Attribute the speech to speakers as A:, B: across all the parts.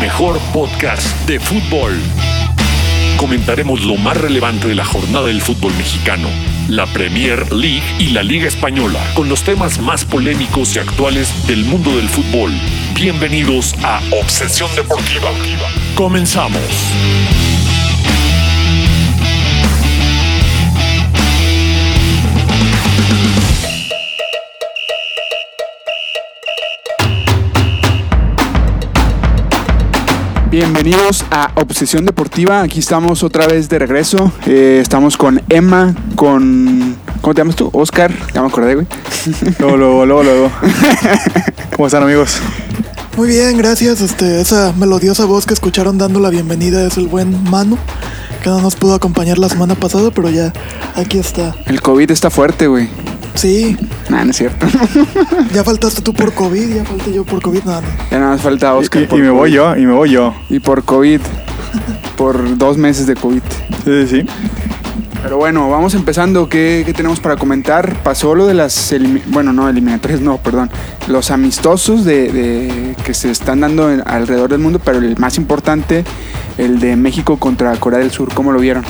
A: mejor podcast de fútbol. Comentaremos lo más relevante de la jornada del fútbol mexicano, la Premier League y la Liga Española, con los temas más polémicos y actuales del mundo del fútbol. Bienvenidos a Obsesión Deportiva. Comenzamos.
B: Bienvenidos a Obsesión Deportiva. Aquí estamos otra vez de regreso. Eh, estamos con Emma, con. ¿Cómo te llamas tú? Oscar. Ya me acordé, güey.
C: Luego, luego, luego, luego. ¿Cómo están, amigos?
D: Muy bien, gracias. Este, esa melodiosa voz que escucharon dando la bienvenida es el buen Manu, que no nos pudo acompañar la semana pasada, pero ya aquí está.
B: El COVID está fuerte, güey.
D: Sí,
B: Nah, no es cierto.
D: ya faltaste tú por COVID, ya falté yo por COVID, nada. no.
B: Ya nada más falta Oscar.
C: Y, y me voy
B: COVID.
C: yo, y me voy yo.
B: Y por COVID. Por dos meses de COVID.
C: Sí, sí, sí.
B: Pero bueno, vamos empezando. ¿Qué, qué tenemos para comentar? Pasó lo de las. elimi- Bueno, no, eliminatorias, no, perdón. Los amistosos de, de- que se están dando en- alrededor del mundo, pero el más importante, el de México contra Corea del Sur. ¿Cómo lo vieron?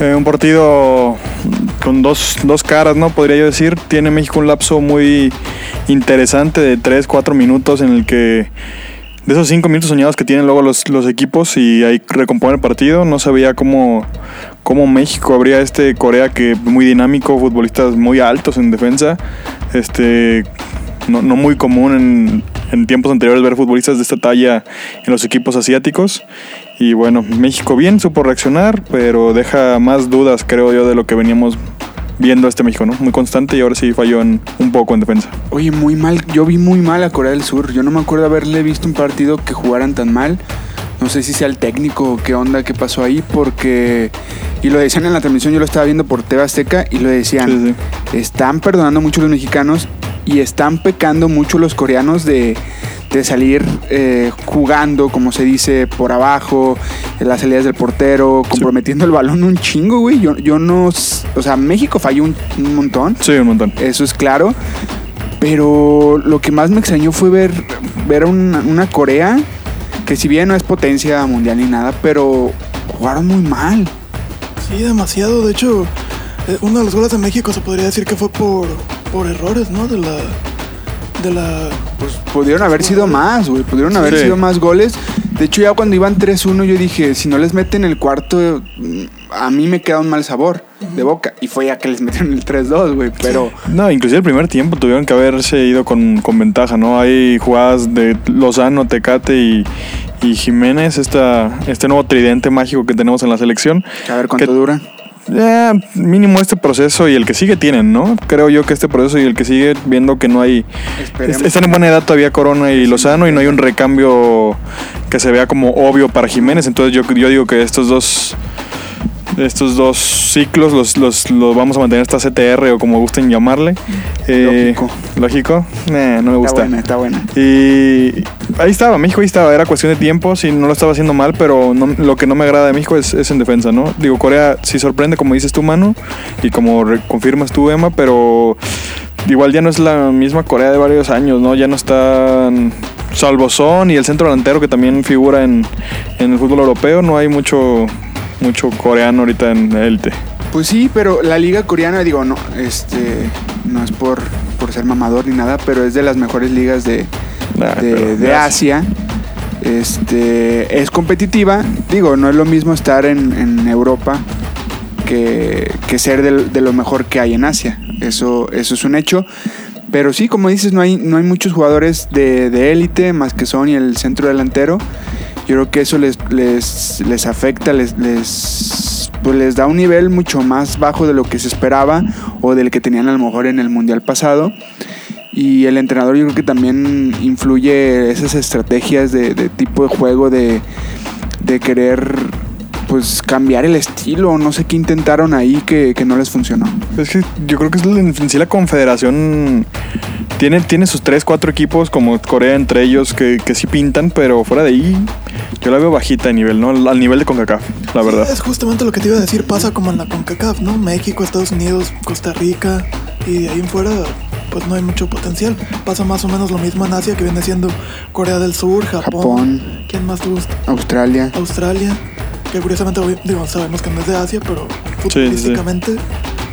C: Eh, un partido con dos, dos caras, ¿no? Podría yo decir. Tiene México un lapso muy interesante de 3, 4 minutos en el que... De esos 5 minutos soñados que tienen luego los, los equipos y ahí recompone el partido, no sabía cómo, cómo México habría este Corea que muy dinámico, futbolistas muy altos en defensa, este no, no muy común en, en tiempos anteriores ver futbolistas de esta talla en los equipos asiáticos. Y bueno, México bien supo reaccionar, pero deja más dudas, creo yo, de lo que veníamos viendo a este México, ¿no? Muy constante y ahora sí falló en- un poco en defensa.
B: Oye, muy mal. Yo vi muy mal a Corea del Sur. Yo no me acuerdo haberle visto un partido que jugaran tan mal. No sé si sea el técnico o qué onda que pasó ahí, porque. Y lo decían en la transmisión, yo lo estaba viendo por TV Azteca y lo decían.
C: Sí, sí.
B: Están perdonando mucho los mexicanos y están pecando mucho los coreanos de, de salir eh, jugando, como se dice, por abajo, en las salidas del portero, comprometiendo el balón un chingo, güey. Yo, yo no. s- O sea, México falló un- un montón
C: Sí, un montón.
B: eso es claro. Pero lo que más me extrañó fue ver, ver una, una Corea que si bien no es potencia mundial ni nada, pero jugaron muy mal.
D: Sí, demasiado. De hecho, eh, uno de los goles de México se podría decir que fue por, por errores, ¿no? De la. De la.
B: Pudieron haber sido más, güey. Pudieron haber
C: Sí.
B: sido más goles. De hecho, ya cuando iban 3-1, yo dije, si no les meten el cuarto, mm, a mí me queda un mal sabor de boca. Y fue ya que les metieron el 3-2, güey. Pero
C: No, inclusive el primer tiempo tuvieron que haberse ido con, con ventaja, ¿no? Hay jugadas de Lozano, Tecate y, y Jiménez, esta, este nuevo tridente mágico que tenemos en la selección.
B: a ver cuánto
C: Que-
B: dura.
C: Eh, mínimo este proceso y el que sigue tienen, ¿no? Creo yo que este proceso y el que sigue viendo que no hay...
B: Esperemos.
C: est- Están en buena edad todavía Corona y Lozano y no hay un recambio que se vea como obvio para Jiménez. Entonces yo, yo digo que estos dos... Estos dos ciclos los, los, los vamos a mantener hasta CTR o como gusten llamarle. Eh,
B: Lógico.
C: Lógico. Nah,
B: Está
C: no me gusta.
B: buena, está buena.
C: Y ahí estaba, México ahí estaba, era cuestión de tiempo, si no lo estaba haciendo mal, pero no- lo que no me agrada de México es, es en defensa, ¿no? Digo, Corea sí sorprende, como dices tú, Manu, y como re- confirmas tú, Emma, pero igual ya no es la misma Corea de varios años, ¿no? Ya no están salvo Son y el centro delantero que también figura en, en el fútbol europeo, no hay mucho, mucho coreano ahorita en la élite.
B: Pues sí, pero la liga coreana, digo, no, este, no es por, por ser mamador ni nada, pero es de las mejores ligas de,
C: Nah,
B: de-
C: pero
B: de
C: gracias.
B: Asia. Este, es competitiva, digo, no es lo mismo estar en, en Europa que, que ser del- de, lo mejor que hay en Asia. Eso, eso es un hecho. Pero sí, como dices, no hay, no hay muchos jugadores de de élite, más que Son y el centro delantero. Yo creo que eso les, les, les afecta, les, les, pues les da un nivel mucho más bajo de lo que se esperaba o del que tenían a lo mejor en el Mundial pasado. Y el entrenador yo creo que también influye esas estrategias de, de tipo de juego, de, de querer pues cambiar el estilo, no sé qué intentaron ahí que, que no les funcionó.
C: Es que yo creo que es la- en sí la confederación tiene, tiene sus tres, cuatro equipos como Corea entre ellos que, que sí pintan, pero fuera de ahí yo la veo bajita de nivel, ¿no? Al al nivel de CONCACAF, la verdad.
D: Es justamente lo que te iba a decir, pasa como en la CONCACAF, ¿no? México, Estados Unidos, Costa Rica y de ahí en fuera pues no hay mucho potencial. Pasa más o menos lo mismo en Asia, que viene siendo Corea del Sur, Japón.
B: Japón.
D: ¿Quién más te gusta?
B: Australia.
D: Australia, que curiosamente, obvi- digo, sabemos que no es de Asia, pero
C: sí, sí.
D: futbolísticamente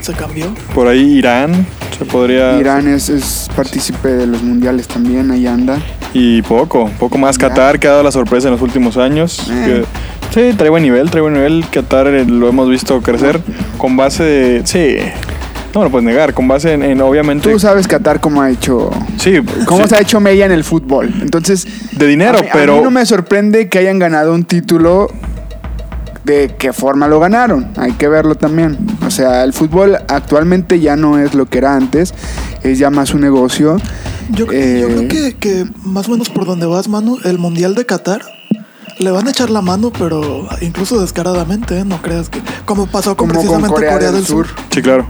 D: se cambió.
C: Por ahí Irán se podría...
B: Irán es, es partícipe de los mundiales también, ahí anda.
C: Y poco, poco más
B: Irán.
C: Qatar que ha dado la sorpresa en los últimos años.
B: Eh.
C: Que- sí, trae buen nivel, trae buen nivel. Qatar eh, lo hemos visto crecer con base de... Sí, no lo puedes negar, con base en, en, obviamente...
B: Tú sabes Qatar cómo ha hecho.
C: Sí,
B: ¿Cómo
C: sí,
B: se ha hecho Mella en el fútbol? Entonces.
C: De dinero,
B: a mí- a
C: pero...
B: mí no me sorprende que hayan ganado un título. ¿De qué forma lo ganaron? Hay que verlo también. O sea, el fútbol actualmente ya no es lo que era antes. Es ya más un negocio.
D: Yo, cre-
B: Eh,
D: yo creo que, que más o menos por donde vas, Manu, el Mundial de Qatar le van a echar la mano, pero incluso descaradamente, ¿eh? no creas que... Como pasó con
B: Como con
D: precisamente Corea, del, Sur.
C: Sí, claro.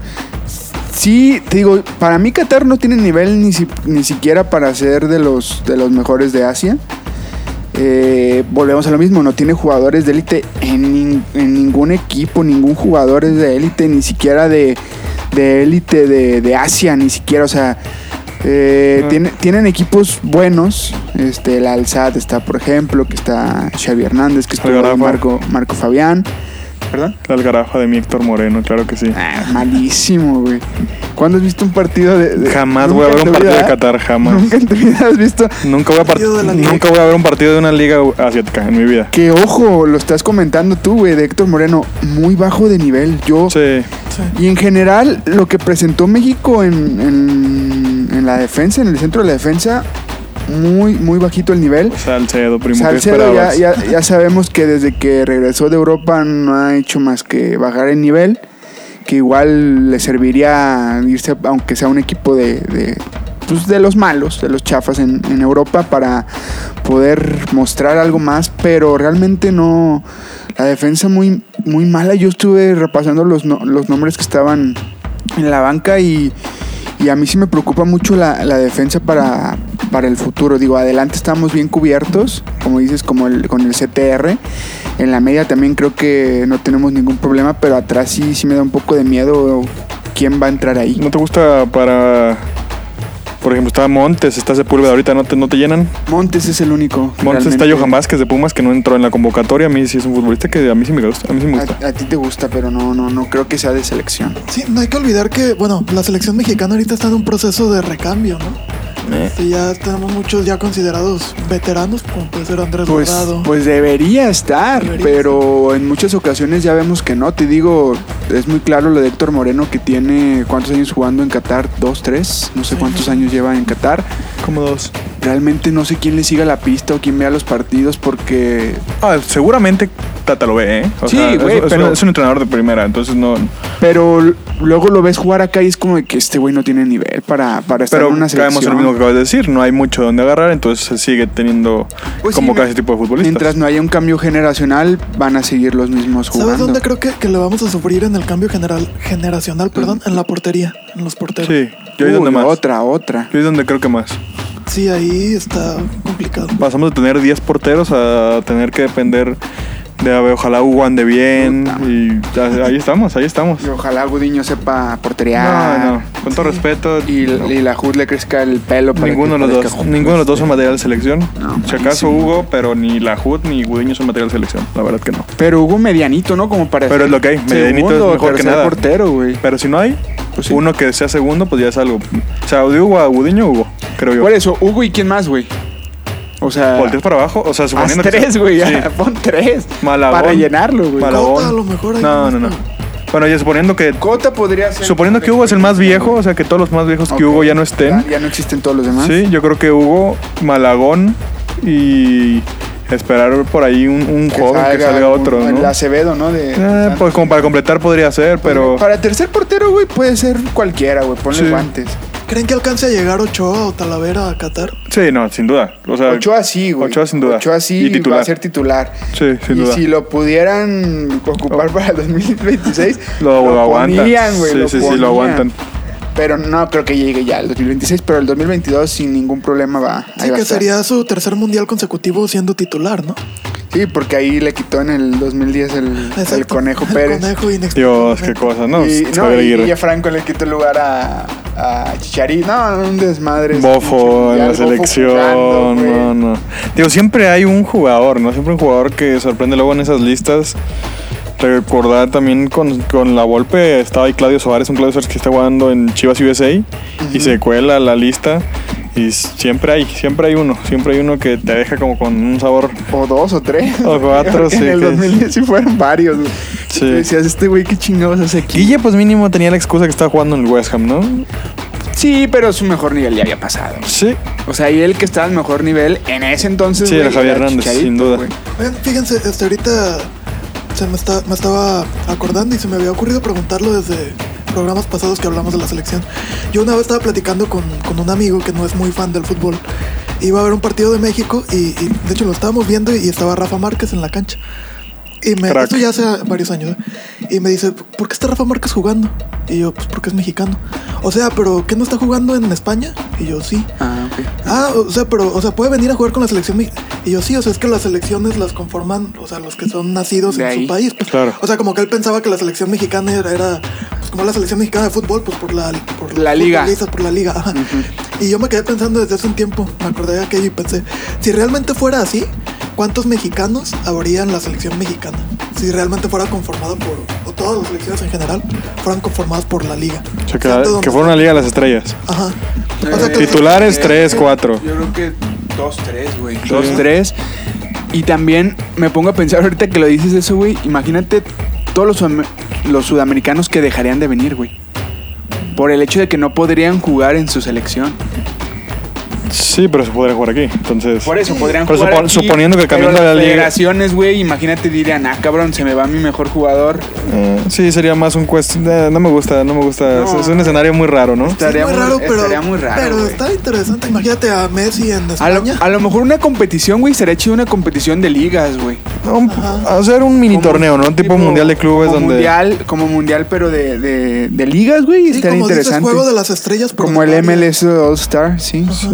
B: Sí, te digo, para mí Qatar no tiene nivel ni, si- ni siquiera para ser de los, de los mejores de Asia. Eh, volvemos a lo mismo, no tiene jugadores de élite en, nin- en ningún equipo, ningún jugador es de élite, ni siquiera de de élite de, de Asia, ni siquiera, o sea, eh,
C: Ah.
B: tiene- tienen equipos buenos, este, el Alzad está, por ejemplo, que está Xavi Hernández, que estuvo
C: Algarrafa.
B: ahí Marco, Marco Fabián, ¿verdad?
C: La algarafa de mi Héctor Moreno, claro que sí.
B: Ah, malísimo, güey. ¿Cuándo has visto un partido de.? de-
C: Jamás
B: Nunca
C: voy a ver
B: en
C: un
B: tu
C: partido
B: vida- ¿eh?
C: de Qatar, jamás.
B: Nunca en tu vida has visto.
C: Nunca voy, a par-
D: Partido de la liga.
C: nunca voy a ver un partido de una liga asiática en mi vida.
B: Que ojo, lo estás comentando tú, güey, de Héctor Moreno. Muy bajo de nivel. Yo.
C: Sí,
D: Sí.
B: Y en general, lo que presentó México en, en, en la defensa, en el centro de la defensa, muy, muy bajito el nivel.
C: Salcedo, primo, ¿qué
B: Salcedo ya,
C: esperabas?
B: ya, ya sabemos que desde que regresó de Europa no ha hecho más que bajar el nivel, que igual le serviría irse, aunque sea un equipo de, de, pues, de los malos, de los chafas en, en Europa, para poder mostrar algo más, pero realmente no, la defensa muy, muy mala. Yo estuve repasando los, no- los nombres que estaban en la banca y... Y a mí sí me preocupa mucho la, la defensa para, para el futuro. Digo, adelante estamos bien cubiertos, como dices, como el, con el CTR. En la media también creo que no tenemos ningún problema, pero atrás sí, sí me da un poco de miedo quién va a entrar ahí.
C: ¿No te gusta para... Por ejemplo, está Montes, está Sepúlveda, ahorita no te, no te llenan.
B: Montes es el único.
C: Montes está
B: realmente.
C: Johan Vázquez de Pumas que no entró en la convocatoria. A mí sí es un futbolista que a mí sí me gusta. A mí sí me gusta.
B: A, a ti te gusta, pero no, no, no creo que sea de selección.
D: Sí, no hay que olvidar que, bueno, la selección mexicana ahorita está en un proceso de recambio, ¿no? Sí, ya tenemos muchos ya considerados veteranos, como puede ser Andrés
B: Pues,
D: Guardado.
B: pues debería estar,
D: Debería
B: pero en muchas ocasiones ya vemos que no. Te digo, es muy claro lo de Héctor Moreno que tiene cuántos años jugando en Qatar, dos, tres, no sé cuántos años lleva en Qatar.
C: Como dos.
B: Realmente no sé quién le siga la pista o quién vea los partidos porque...
C: Ah, seguramente Tata lo ve, ¿eh? O
B: Sí,
C: es-
B: güey,
C: es, un-
B: pero-
C: es un entrenador de primera, entonces no...
B: Pero l- luego lo ves jugar acá y es como de que este güey no tiene nivel para, para estar
C: Pero
B: en una
C: caemos en lo mismo
B: selección.
C: que acabas de decir, no hay mucho donde agarrar, entonces se sigue teniendo
B: Pues sí,
C: como
B: mi-
C: casi tipo de futbolistas.
B: Mientras no haya un cambio generacional, van a seguir los mismos jugando.
D: ¿Sabes dónde creo que, que le vamos a sufrir en el cambio general, generacional? Perdón, en la portería, en los porteros.
C: Sí, yo ahí
B: Uy,
C: donde más.
B: Otra, otra.
C: Yo ahí donde creo que más.
D: Sí, ahí está complicado.
C: Pasamos de tener 10 porteros a tener que depender de a ver, ojalá Hugo ande bien
B: Puta.
C: y ya- ahí estamos, ahí estamos.
B: Y ojalá Gudiño sepa portería.
C: No, no, con todo respeto,
B: Y,
C: no.
B: y la HUD le crezca el pelo. para
C: ninguno de
B: que
C: los
B: parezca
C: dos,
B: Hulk.
C: ninguno de los dos son material de selección.
B: No,
C: si acaso
B: malísimo.
C: Hugo, pero ni la HUD ni Gudiño son material de selección, la verdad que no.
B: Pero Hugo medianito, ¿no? Como para.
C: Pero es lo que hay, medianito es
B: Segundo o
C: mejor que
B: tercer
C: nada.
B: portero, güey.
C: Pero si no hay,
B: Pues sí.
C: uno que sea segundo, pues ya es algo. O sea, de Hugo a Gudiño, Hugo, creo yo.
B: Por eso, Hugo y quién más, güey. O sea.
C: Volteas para abajo, o sea,
B: Haz
C: suponiendo que
B: tres,
C: sea-
B: güey.
C: Sí.
B: Pon tres.
C: Malagón.
B: Para llenarlo, güey.
C: Malagón.
D: Cota, a lo mejor hay
C: No,
D: más,
C: no, no.
D: pero-
C: Bueno, ya suponiendo que
B: Cota podría ser.
C: suponiendo que Hugo es el más viejo, o sea, que todos los más viejos
B: Ok.
C: que Hugo ya no estén.
B: Ya, ya no existen todos los demás.
C: Sí, yo creo que Hugo, Malagón y esperar por ahí un, un joven que salga
B: algún-
C: otro,
B: El
C: ¿no?
B: Acevedo, ¿no? De,
C: Eh, pues como para completar podría ser, pero
B: Para tercer portero, güey, puede ser cualquiera, güey. Ponle
C: Sí.
B: guantes.
D: ¿Creen que alcance a llegar Ochoa o Talavera a Qatar?
C: sí, no, sin duda. O sea,
B: Ochoa sí, güey.
C: Ochoa sin duda.
B: Ochoa sí
C: Y titular.
B: va a ser titular.
C: Sí, sin
B: y
C: duda. Oh.
B: si lo pudieran ocupar para el 2026,
C: lo, lo aguantan.
B: ponían, güey.
C: sí, sí, sí,
B: ponían.
C: lo aguantan.
B: Pero no creo que llegue ya el 2026, pero el 2022 sin ningún problema va. ahí
D: Sí,
B: va a
D: que
B: estar.
D: sería su tercer mundial consecutivo siendo titular, ¿no?
B: Sí, porque ahí le quitó en el 2010 el,
D: Exacto,
B: el Conejo
D: el
B: Pérez.
D: conejo
C: Dios, qué
D: inexplicablemente.
C: cosa, ¿no?
B: y, no,
C: Javier
B: y-
C: Aguirre.
B: y a Franco le quitó el lugar a, a Chicharito. No, un desmadre. ese pinche
C: Bofo en
B: mundial,
C: la
B: Bofo
C: selección,
B: jugando, güey.
C: no, no. Digo, siempre hay un jugador, ¿no? Siempre un jugador que sorprende luego en esas listas. Recordar también con, con la Volpe estaba ahí Claudio Suárez, un Claudio Suárez que está jugando en Chivas USA y se cuela a la lista. Y s- siempre hay, siempre hay uno, siempre hay uno que te deja como con un sabor.
B: O dos o tres.
C: O cuatro,
B: en
C: sí,
B: el
C: que-
B: 2010 sí fueron varios. güey.
C: Sí.
B: Decías, este güey, qué chingados hace aquí.
C: Guille, pues mínimo tenía la excusa que estaba jugando en el West Ham, ¿no?
B: Sí, pero su mejor nivel ya había pasado.
C: Sí.
B: O sea, y él que estaba en mejor nivel en ese entonces.
C: Sí,
B: güey,
C: era Javier Hernández,
B: Chicharito,
C: sin duda.
B: güey.
D: Oigan, fíjense, este, ahorita se me, está, me estaba acordando y se me había ocurrido preguntarlo desde programas pasados que hablamos de la selección. Yo una vez estaba platicando con, con un amigo que no es muy fan del fútbol. Iba a ver un partido de México y, y, de hecho lo estábamos viendo y estaba Rafa Márquez en la cancha. Y me,
C: Crack.
D: esto ya hace varios años. ¿eh? Y me dice, ¿por qué está Rafa Márquez jugando? Y yo, pues porque es mexicano. O sea, ¿pero qué no está jugando en España? Y yo, sí.
B: Ah, ok.
D: Ah, o sea, pero, o sea, puede venir a jugar con la selección. mi- Y yo sí, o sea, es que las selecciones las conforman, o sea, los que son nacidos
B: De
D: en
B: ahí.
D: su país. pues.
C: Claro.
D: O sea, como que él pensaba que la selección mexicana era, era, pues, como la selección mexicana de fútbol, pues por la, por
B: La
D: los
B: liga.
D: futbolistas, por la liga. ajá. Y yo me quedé pensando desde hace un tiempo, me acordé de aquello y pensé, si realmente fuera así, ¿cuántos mexicanos habría en la selección mexicana? Si realmente fuera conformada por, o todas las selecciones en general, fueran conformadas por la liga.
C: O sea,
D: Tanto
C: que,
D: donde-
C: que fueron a Liga de las Estrellas.
D: Ajá. O sea, que-
B: Eh,
C: Titulares, tres, cuatro.
B: Yo creo que dos, tres, güey. Dos, tres. Y también me pongo a pensar ahorita que lo dices eso, güey. Imagínate todos los, sudam- los sudamericanos que dejarían de venir, güey. Por el hecho de que no podrían jugar en su selección.
C: Sí, pero se podría jugar aquí. Entonces.
B: Por eso podrían
C: Pero
B: jugar.
C: supo-
B: aquí,
C: suponiendo que
B: pero
C: cambiando
B: las
C: la liga-
B: federaciones, güey, imagínate dirían, ah, cabrón, se me va mi mejor jugador.
C: Eh, sí, sería más un cuestión. no me gusta, no me gusta.
B: No. eh,
C: es un escenario muy raro, ¿no?
D: Sí,
B: Estaría
D: muy
B: muy,
D: raro, pero,
B: estaría muy raro.
D: pero
B: güey.
D: está interesante. Imagínate a Messi en
B: a, lo,
D: España.
B: a lo mejor una competición, güey, sería chido una competición de ligas, güey.
C: Un-
D: Ajá.
C: hacer un mini torneo, ¿no? Tipo, mundial de clubes
B: como
C: donde.
B: Mundial, como mundial, pero de, de, de ligas, güey.
D: Sí,
B: estaría
D: como dices,
B: interesante.
D: juego de las estrellas. por
B: como el
D: varias.
B: MLS All Star, sí.
C: Sí.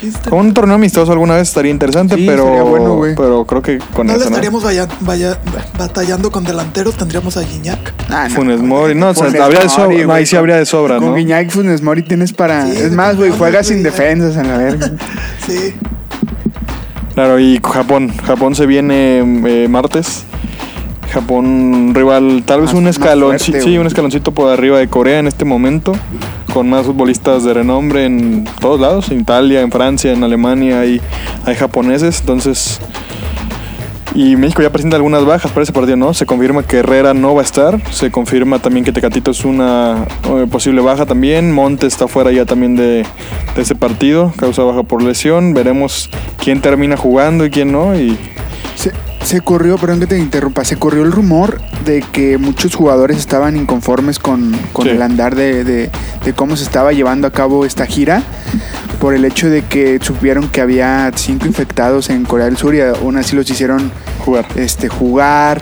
D: Sí, está-
C: Con un torneo amistoso alguna vez estaría interesante,
B: Sí,
C: pero.
B: sería bueno, güey.
C: pero creo que con
D: No le
C: eso.
D: estaríamos vaya- vaya- batallando con delanteros, tendríamos a Gignac.
B: Ah, no.
C: Funes Mori, no, o sea,
B: Funes
C: habría de sobra,
B: Mori,
C: no,
B: güey,
C: ahí sí habría de sobra,
B: Con
C: ¿no?
B: Guiñac y Funes Mori tienes para.
D: Sí,
B: es más, güey,
D: no,
B: juegas
D: güey,
B: sin
D: ya.
B: defensas en la verga.
D: Sí.
C: Claro, y Japón. Japón se viene eh, martes. Japón, un rival, tal vez
B: Más-
C: un
B: Ah, más
C: escaloncito,
B: fuerte,
C: sí,
B: güey.
C: un escaloncito por arriba de Corea en este momento, con más futbolistas de renombre en todos lados, en Italia, en Francia, en Alemania, hay, hay japoneses, entonces... Y México ya presenta algunas bajas para ese partido, ¿no? Se confirma que Herrera no va a estar, se confirma también que Tecatito es una eh, posible baja también, Montes está fuera ya también de, de ese partido, causa baja por lesión, veremos quién termina jugando y quién no, y...
B: Se, se corrió, perdón que te interrumpa, se corrió el rumor de que muchos jugadores estaban inconformes con, con
C: Sí.
B: el andar de, de- de cómo se estaba llevando a cabo esta gira por el hecho de que supieron que había cinco infectados en Corea del Sur y aún así los hicieron
C: Jugar.
B: este, jugar,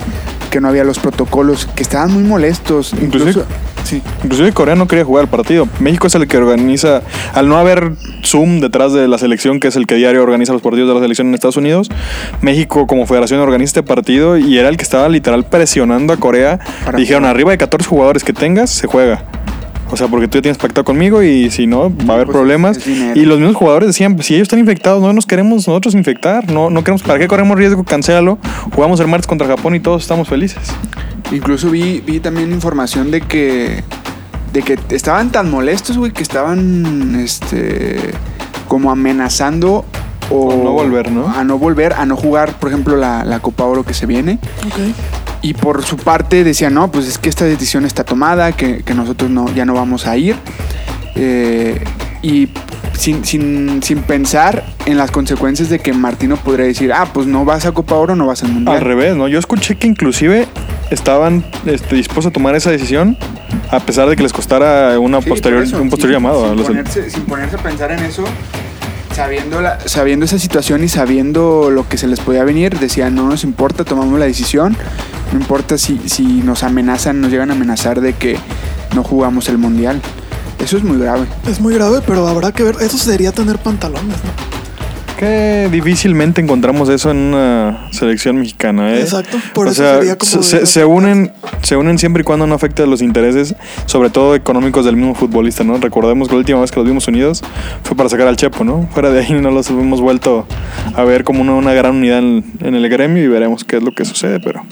B: que no había los protocolos, que estaban muy molestos.
C: Inclusive-
B: Incluso, sí.
C: Inclusive Corea no quería jugar el partido. México es el que organiza, al no haber Zoom detrás de la selección, que es el que diario organiza los partidos de la selección en Estados Unidos, México como federación organiza este partido y era el que estaba literal presionando a Corea.
B: Para
C: Dijeron, arriba de 14 jugadores que tengas, se juega. O sea, porque tú ya tienes pactado conmigo y si no, va a haber
B: pues,
C: problemas.
B: es dinero.
C: Y los mismos jugadores decían, si ellos están infectados, no nos queremos nosotros infectar. No, no queremos, ¿para qué corremos riesgo? Cancélalo. Jugamos el martes contra Japón y todos estamos felices.
B: Incluso vi, vi también información de que. de que estaban tan molestos, güey, que estaban este. como amenazando. O
C: A no volver, ¿no?
B: A no volver, a no jugar, por ejemplo, la, la Copa Oro que se viene.
D: Ok.
B: Y por su parte decían, no, pues es que esta decisión está tomada, que, que nosotros no, ya no vamos a ir. Eh, y sin, sin- sin pensar en las consecuencias de que Martino podría decir, ah, pues no vas a Copa Oro, no vas al Mundial.
C: Al revés, ¿no? Yo escuché que inclusive estaban este, dispuestos a tomar esa decisión a pesar de que les costara una
B: Sí,
C: posterior,
B: por eso,
C: un posterior
B: sin-
C: llamado. a
B: Sin
C: los-
B: ponerse, sin ponerse a pensar en eso, sabiendo, la- sabiendo esa situación y sabiendo lo que se les podía venir, decían, no nos importa, tomamos la decisión, no importa si, si nos amenazan, nos llegan a amenazar de que no jugamos el Mundial. Eso es muy grave.
D: Es muy grave, pero habrá que ver. Eso sería tener pantalones, ¿no?
C: que difícilmente encontramos eso en una selección mexicana. ¿eh?
D: Exacto, por
C: o
D: eso
C: sea,
D: sería como
C: se-
D: de
C: se,
D: los-
C: se unen, se unen siempre y cuando no afecte los intereses, sobre todo económicos del mismo futbolista, ¿no? Recordemos que la última vez que los vimos unidos fue para sacar al Chepo, ¿no? Fuera de ahí no los hemos vuelto a ver como una, una gran unidad en, en el gremio y veremos qué es lo que sucede, pero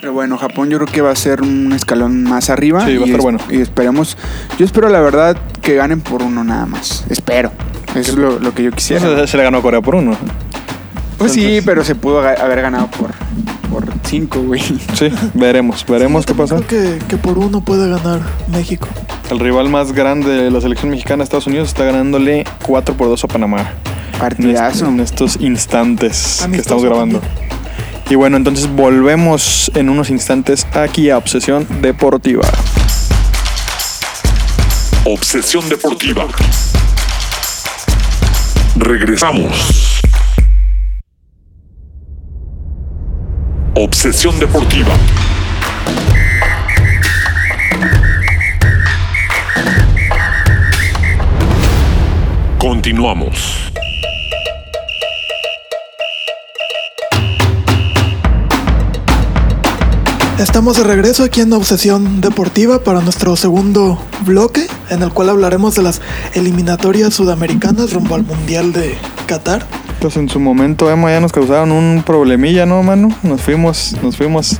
B: Pero bueno, Japón yo creo que va a ser un escalón más arriba.
C: Sí, va a
B: y
C: estar
B: es-
C: bueno.
B: Y esperemos, yo espero la verdad que ganen por uno nada más. Espero. Eso es lo, lo que yo quisiera.
C: se, se le ganó a Corea por uno.
B: Pues sí,
C: entonces-
B: pero se pudo ga- haber ganado por, por cinco, güey.
C: Sí, veremos, veremos qué
D: Yo
C: pasa.
D: también Creo que, que por uno puede ganar México.
C: El rival más grande de la selección mexicana, Estados Unidos, está ganándole 4 por 2 a Panamá. En, est-
B: Partidazo.
C: en estos instantes que
D: Amistoso
C: estamos grabando. Y bueno, entonces volvemos en unos instantes aquí a Obsesión Deportiva.
A: Obsesión deportiva. Regresamos. Obsesión deportiva. Continuamos.
D: Estamos de regreso aquí en Obsesión Deportiva para nuestro segundo bloque, en el cual hablaremos de las eliminatorias sudamericanas rumbo al Mundial de Qatar.
C: Entonces en su momento, Emma, ya nos causaron un problemilla, ¿no, mano? Nos fuimos, nos fuimos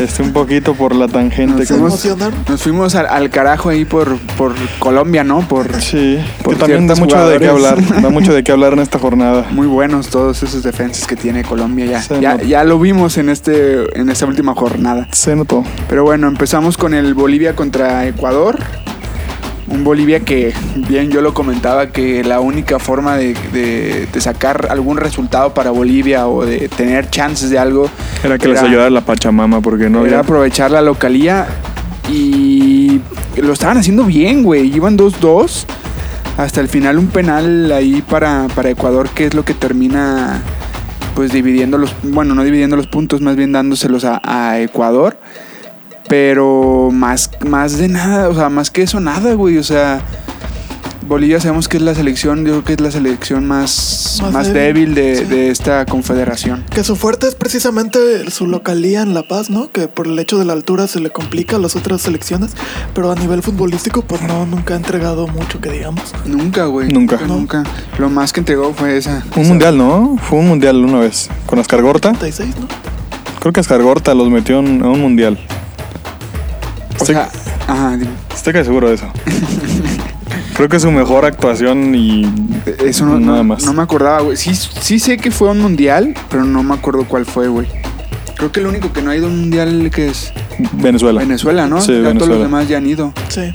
C: este, un poquito por la tangente.
B: Nos
D: Se
C: que-
B: fuimos-
D: emocionaron.
B: Nos fuimos al, al carajo ahí por, por Colombia, ¿no? Por
C: Sí,
B: Por
C: que también da
B: ciertos
C: mucho de qué
B: jugadores.
C: hablar, da mucho de qué hablar en esta jornada.
B: muy buenos todos esos defensas que tiene Colombia ya.
C: Se
B: Ya,
C: nota.
B: ya lo vimos en este en esta última jornada.
C: Se notó.
B: Pero bueno, empezamos con el Bolivia contra Ecuador. Un Bolivia que, bien yo lo comentaba, que la única forma de, de- de sacar algún resultado para Bolivia o de tener chances de algo
C: Era que les
B: Era-
C: ayudara la Pachamama porque no
B: era
C: había...
B: aprovechar la localía y lo estaban haciendo bien, güey. Iban 2-2. Hasta el final un penal ahí para, para Ecuador, que es lo que termina pues dividiendo los, bueno, no dividiendo los puntos, más bien dándoselos a, a Ecuador. Pero más, más de nada, o sea, más que eso, nada, güey. O sea, Bolivia sabemos que es la selección, yo creo que es la selección más,
D: Más
B: más,
D: débil,
B: débil, de,
D: sí.
B: de esta confederación.
D: Que su fuerte es precisamente su localía en La Paz, ¿no? Que por el hecho de la altura se le complica a las otras selecciones, pero a nivel futbolístico, pues no, nunca ha entregado mucho que digamos.
B: Nunca, güey.
C: Nunca.
B: Nunca. Lo más que entregó fue esa.
C: Un mundial, ¿no? Fue un mundial una vez. Con Ascar Gorta.
D: 36, ¿no?
C: Creo que Ascar Gorta los metió en- a un mundial.
B: O sea, ajá, dime.
C: Estoy casi seguro de eso. Creo que es su mejor actuación y.
B: eso no,
C: Nada
B: no-
C: más.
B: no me acordaba, güey. Sí, sí sé que fue un mundial, pero no me acuerdo cuál fue, güey. Creo que el único que no ha ido a un mundial que es
C: Venezuela.
B: Venezuela, ¿no? ya
C: Sí,
B: todos
C: Venezuela.
B: los demás ya han ido.
D: Sí.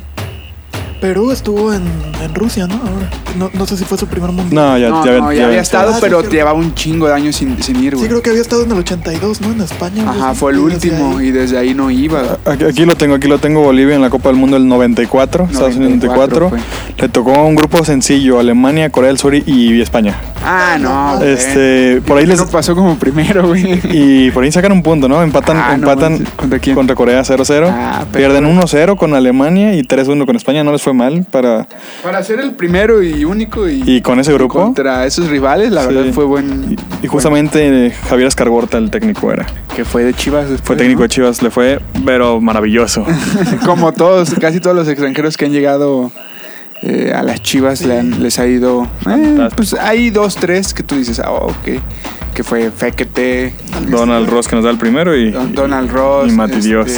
D: Perú estuvo en, en Rusia, ¿no? Ahora. No, no sé si fue su primer mundial.
C: No, ya,
B: no,
C: ya,
B: no, ya
C: ya-
B: había estado,
D: Ah, sí,
B: pero
D: cierto.
B: llevaba un chingo de años sin, sin ir,
D: Sí,
B: güey.
D: creo que había estado en el 82, ¿no? En España. algo
B: Ajá,
D: así.
B: fue el
D: Y desde
B: último
D: ahí-
B: y desde ahí no iba.
C: Aquí, aquí lo tengo, aquí lo tengo. Bolivia en la Copa del Mundo del 94, Estados Unidos 94.
B: 94
C: Le tocó a un grupo sencillo: Alemania, Corea del Sur y, y España.
B: Ah, no. güey.
C: Este, por ahí les.
B: No pasó como primero, güey.
C: Y por ahí sacan un punto, ¿no? Empatan,
B: Ah, no
C: empatan
B: manches. ¿Contra quién?
C: contra Corea 0-0.
B: Ah, pero-
C: pierden 1-0 con Alemania y 3-1 con España. No les fue mal para,
B: Para ser el primero y único y,
C: Y con ese grupo.
B: contra esos rivales, la
C: Sí.
B: verdad fue buen.
C: Y, y justamente eh, Javier Escargorta, el técnico era.
B: buen- que fue de Chivas después.
C: Fue técnico
B: ¿no? Este,
C: de Chivas, le fue, pero maravilloso.
B: Como todos, casi todos los extranjeros que han llegado eh, a las Chivas le han- les ha ido. eh, pues hay dos, tres que tú dices, ah, ok. Que fue Fekete, este,
C: Donald Ross que nos da el primero y.
B: Don- Donald Ross. este,
C: Y Mati Dios.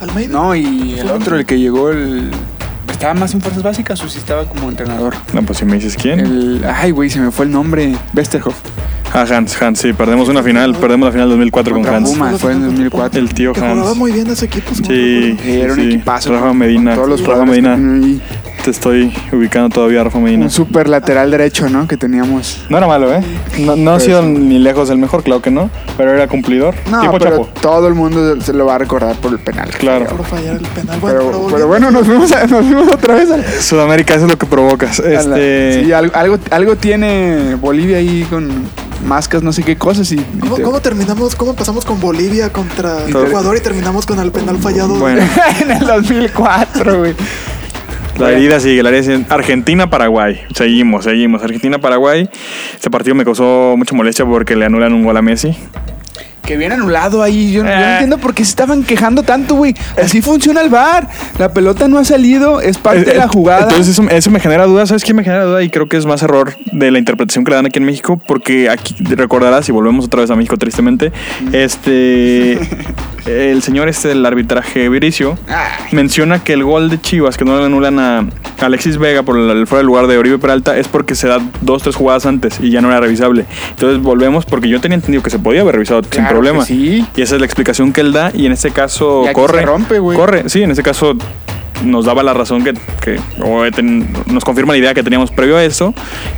D: Almeida.
B: No, y el otro, el que llegó, el. ¿Estaba más en fuerzas básicas o si estaba como entrenador?
C: No, pues si me dices quién.
B: El, ay, güey, se me fue el nombre. Westerhoff.
C: Ah, Hans, Hans, sí, perdemos una final, perdemos la final 2004 con
B: Contra
C: Hans.
B: Pumas, fue en 2004.
C: El tío
D: que jugaba
C: Hans.
D: muy bien ese equipo. si no
C: Sí,
D: recuerdo.
B: Sí, era un
C: sí.
B: equipazo.
C: Rafa
B: con-
C: Medina.
B: con todos los
C: Rafa
B: jugadores que
C: Medina.
B: tenían ahí.
C: Te estoy ubicando todavía, Rafa Medina.
B: Un super lateral derecho, ¿no? Que teníamos.
C: No era malo, ¿eh? No, no ha
B: Pero
C: sido
B: sí.
C: ni lejos el mejor, claro que no. Pero era cumplidor.
B: No,
C: tipo
B: pero
C: Chapo.
B: todo el mundo se lo va a recordar por el penal.
C: Claro.
D: Por fallar el penal. Bueno,
B: Pero,
D: pero,
B: pero,
D: volviendo-
B: bueno, nos fuimos, a- nos fuimos otra vez al-
C: Sudamérica, eso es lo que provocas.
B: a la-
C: Este.
B: sí, algo, algo, algo tiene Bolivia ahí con mascas, no sé qué cosas. Y, y
D: ¿Cómo,
B: te-
D: cómo terminamos? ¿Cómo empezamos con Bolivia contra
B: Todo-
D: Ecuador y terminamos con el penal fallado?
C: Bueno.
B: en el 2004, güey.
C: La herida sigue, la herida sigue. Argentina-Paraguay. Seguimos, seguimos. Argentina-Paraguay. Este partido me causó mucha molestia porque le anulan un gol a Messi.
B: Que bien anulado ahí. Yo, yo no
C: Eh.
B: entiendo por qué se estaban quejando tanto, güey. Así funciona el bar. La pelota no ha salido, es parte de
C: Eh,
B: la
C: eh,
B: jugada.
C: Entonces eso, eso me genera duda. ¿Sabes qué me genera duda? Y creo que es más error de la interpretación que le dan aquí en México. Porque aquí, recordarás, y volvemos otra vez a México tristemente,
B: Mm.
C: este... El señor este del arbitraje Viricio
B: Ay.
C: menciona que el gol de Chivas que no le anulan a Alexis Vega por el, el fuera del lugar de Oribe Peralta es porque se da dos tres jugadas antes y ya no era revisable. Entonces volvemos porque yo tenía entendido que se podía haber revisado sin
B: Claro que
C: problema.
B: sí.
C: Y esa es la explicación que él da y en este caso
B: Y aquí
C: corre.
B: se rompe, güey.
C: Corre, sí, en este caso nos daba la razón que, que- o ten- nos confirma la idea que teníamos previo a eso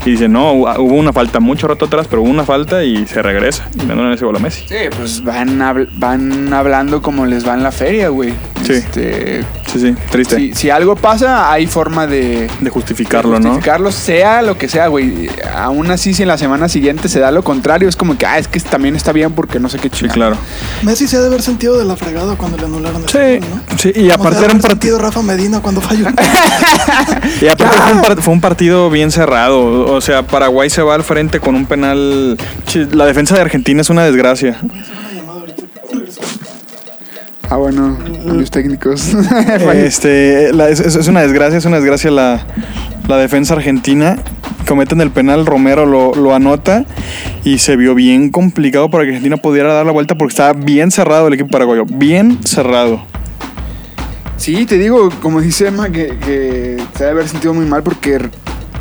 C: y dice, no, hubo una falta mucho rato atrás, pero hubo una falta y se regresa y le anulan ese gol a Messi.
B: Sí, pues van, habl- van hablando como les va en la feria, güey.
C: Sí.
B: Este,
C: Sí, sí, triste.
B: si, si algo pasa, hay forma de,
C: De justificarlo, ¿no?
B: justificarlo, sea lo que sea, güey. Aún así, si en la semana siguiente se da lo contrario, es como que, ah, es que también está bien porque no sé qué
C: Sí,
B: chingada.
C: claro.
D: Messi se ha de haber sentido de la fregada cuando le anularon el
C: Sí,
D: gol, ¿no?
C: sí, y
D: Como se
C: aparte era
D: ha de
C: un
D: haber
C: partido.
D: sentido Rafa Medina cuando falló.
C: Y aparte fue un, par- fue un partido bien cerrado. O sea, Paraguay se va al frente con un penal. Chi- La defensa de Argentina es una desgracia.
B: Ah, bueno, los técnicos.
C: Este, la- es, es- es una desgracia, es una desgracia la, la defensa argentina. Cometen el penal, Romero lo, lo anota y se vio bien complicado para que Argentina pudiera dar la vuelta porque estaba bien cerrado el equipo paraguayo. Bien cerrado.
B: Sí, te digo, como dice Emma, que, que se debe haber sentido muy mal porque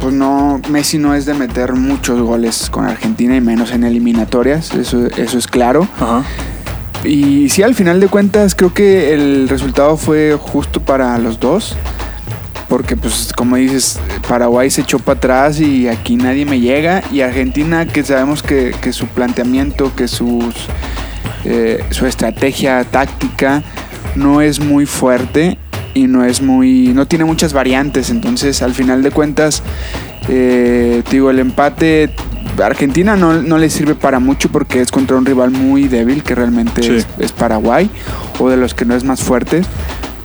B: pues no, Messi no es de meter muchos goles con Argentina y menos en eliminatorias, eso, eso es claro.
C: Ajá.
B: Y sí, al final de cuentas creo que el resultado fue justo para los dos. Porque pues como dices, Paraguay se echó para atrás y aquí nadie me llega. Y Argentina que sabemos que, que su planteamiento, que sus, eh, su estrategia táctica no es muy fuerte y no es muy no tiene muchas variantes entonces al final de cuentas eh, te digo el empate a Argentina no, no le sirve para mucho porque es contra un rival muy débil que realmente
C: Sí.
B: es, es Paraguay o de los que no es más fuertes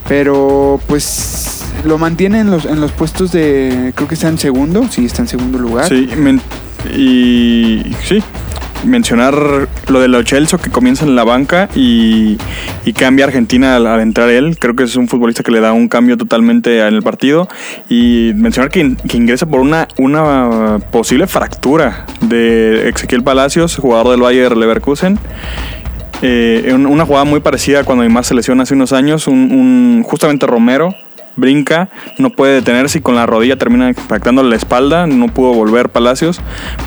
B: pero pues lo mantiene en los, en los puestos de creo que está en segundo sí está en segundo lugar
C: Sí, men- y sí, mencionar lo de Lo Celso que comienza en la banca y, y cambia a Argentina al, al entrar él. Creo que es un futbolista que le da un cambio totalmente en el partido. Y mencionar que, in- que ingresa por una, una posible fractura de Ezequiel Palacios, jugador del Bayer Leverkusen. Eh, en una jugada muy parecida a cuando Neymar se lesiona hace unos años, un, un- justamente Romero brinca, no puede detenerse y con la rodilla termina impactando la espalda, no pudo volver Palacios.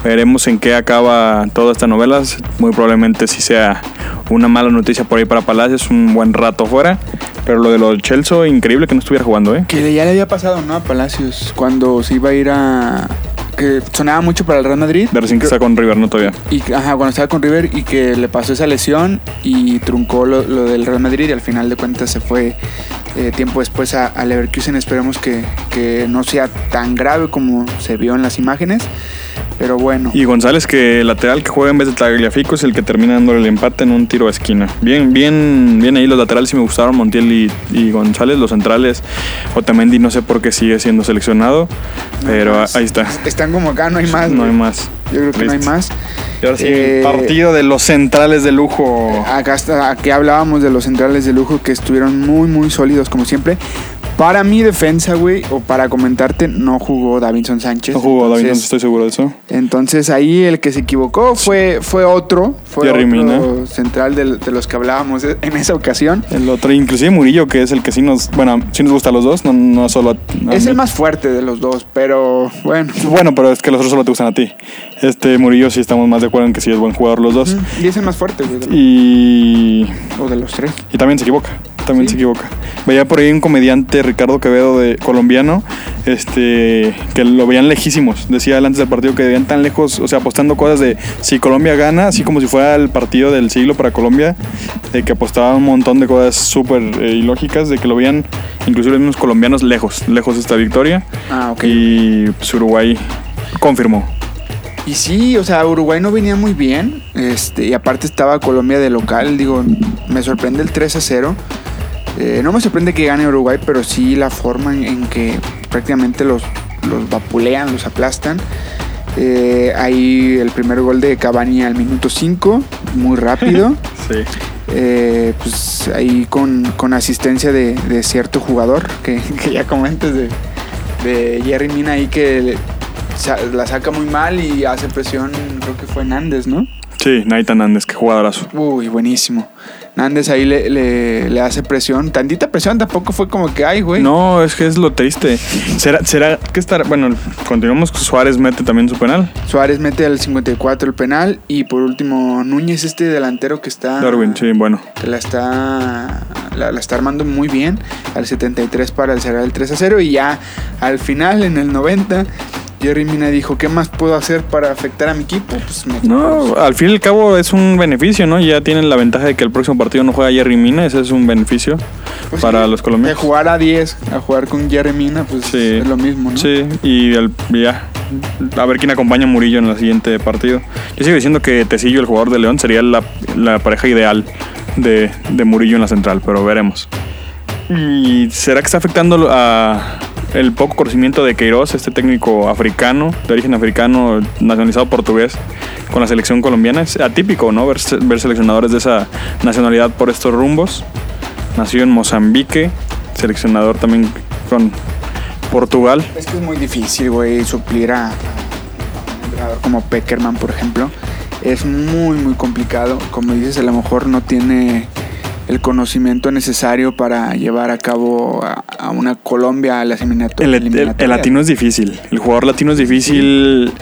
C: Veremos en qué acaba toda esta novela, muy probablemente si sea una mala noticia por ahí para Palacios, un buen rato fuera, pero lo de los Chelsea, increíble que no estuviera jugando, ¿eh?
B: Que ya le había pasado, ¿no? A Palacios, cuando se iba a ir a... Que sonaba mucho para el Real Madrid.
C: De recién que está con River, no todavía.
B: Y, ajá, cuando estaba con River y que le pasó esa lesión y truncó lo, lo del Real Madrid y al final de cuentas se fue eh, tiempo después a, a Leverkusen. Esperemos que, que no sea tan grave como se vio en las imágenes. Pero bueno,
C: Y González, que lateral que juega en vez de Tagliafico, es el que termina dándole el empate en un tiro a esquina. Bien, bien, bien ahí los laterales sí me gustaron, Montiel y, y González, los centrales. Otamendi no sé por qué sigue siendo seleccionado, pero
B: No,
C: a- ahí está.
B: están como acá, no hay más.
C: No hay
B: güey.
C: más.
B: Yo creo que no hay
C: Triste.
B: más.
C: Y ahora sí,
B: Eh, Ah,
C: el partido de los centrales de lujo.
B: Acá está, aquí hablábamos de los centrales de lujo que estuvieron muy, muy sólidos, como siempre. Para mi defensa, güey, o para comentarte, no jugó Davinson Sánchez.
C: No jugó David, no
B: entonces,
C: estoy seguro de eso.
B: entonces ahí el que se equivocó fue, fue otro. Fue
C: Jerry
B: otro
C: Mina.
B: central del- de, los que hablábamos de- en esa ocasión.
C: El otro, inclusive Murillo, que es el que sí nos, bueno, sí nos gusta a los dos, no, no solo a- a
B: Es
C: mí.
B: el más fuerte de los dos, pero bueno.
C: Bueno, pero es que los otros solo te gustan a ti. Este Murillo sí estamos más de acuerdo en que sí es buen jugador los dos.
B: Y es el más fuerte, güey, de-
C: Y,
B: o de los tres.
C: y también se equivoca. También
B: Sí.
C: se equivoca. Veía por ahí un comediante, Ricardo Quevedo, de colombiano, este, que lo veían lejísimos. Decía él antes del partido que veían tan lejos, o sea, apostando cosas de si Colombia gana, así como si fuera el partido del siglo para Colombia, de que apostaba un montón de cosas súper eh, ilógicas, de que lo veían inclusive los mismos colombianos lejos, lejos de esta victoria.
B: Ah, ok.
C: Y pues, Uruguay confirmó.
B: Y sí, o sea, Uruguay no venía muy bien. Este, y aparte estaba Colombia de local. Digo, me sorprende el 3 a 0. Eh, no me sorprende que gane Uruguay, pero sí la forma en, en que prácticamente los, los vapulean, los aplastan. Eh, ahí el primer gol de Cavani al minuto 5, muy rápido.
C: Sí.
B: Eh, pues ahí con, con asistencia de, de cierto jugador que, que ya comentes, de, de Jerry Mina ahí que le- sa- la saca muy mal y hace presión, creo que fue Hernández, ¿no?
C: Sí, Nathan Andes, qué jugadorazo.
B: Uy, buenísimo. Nández ahí le, le- le hace presión, tantita presión, tampoco fue como que, ay, güey.
C: No, es que es lo triste. ¿Será, será que estará? Bueno, continuamos. Suárez mete también su penal.
B: Suárez mete al 54 el penal y por último Núñez, este delantero que está...
C: Darwin, sí, bueno.
B: que la está la, la está armando muy bien al 73 para el cerrar el 3 a 0 y ya al final en el 90 Jerry Mina dijo qué más puedo hacer para afectar a mi equipo pues me
C: No, al fin y al cabo es un beneficio, ¿no? Ya tienen la ventaja de que el próximo partido no juega Jerry Mina, ese es un beneficio
B: pues,
C: para
B: sí,
C: los
B: de
C: colombianos.
B: jugar a 10 a jugar con Jerry Mina pues
C: Sí.
B: es lo mismo ¿no?
C: Sí, y el- ya. A ver quién acompaña a Murillo en el siguiente partido. Yo sigo diciendo que Tecillo, el jugador de León, sería la, la pareja ideal de, de Murillo en la central, pero veremos. ¿Y será que está afectando a el poco conocimiento de Queiroz, este técnico africano, de origen africano, nacionalizado portugués, con la selección colombiana? Es atípico, ¿no? Ver, se- ver seleccionadores de esa nacionalidad por estos rumbos. Nació en Mozambique, seleccionador también con Portugal.
B: es que es muy difícil güey suplir a, a un entrenador como Peckerman por ejemplo es muy muy complicado como dices a lo mejor no tiene el conocimiento necesario para llevar a cabo a, a una Colombia a las eliminato-
C: El, el- el
B: eliminatorias.
C: latino es difícil. El jugador latino es difícil,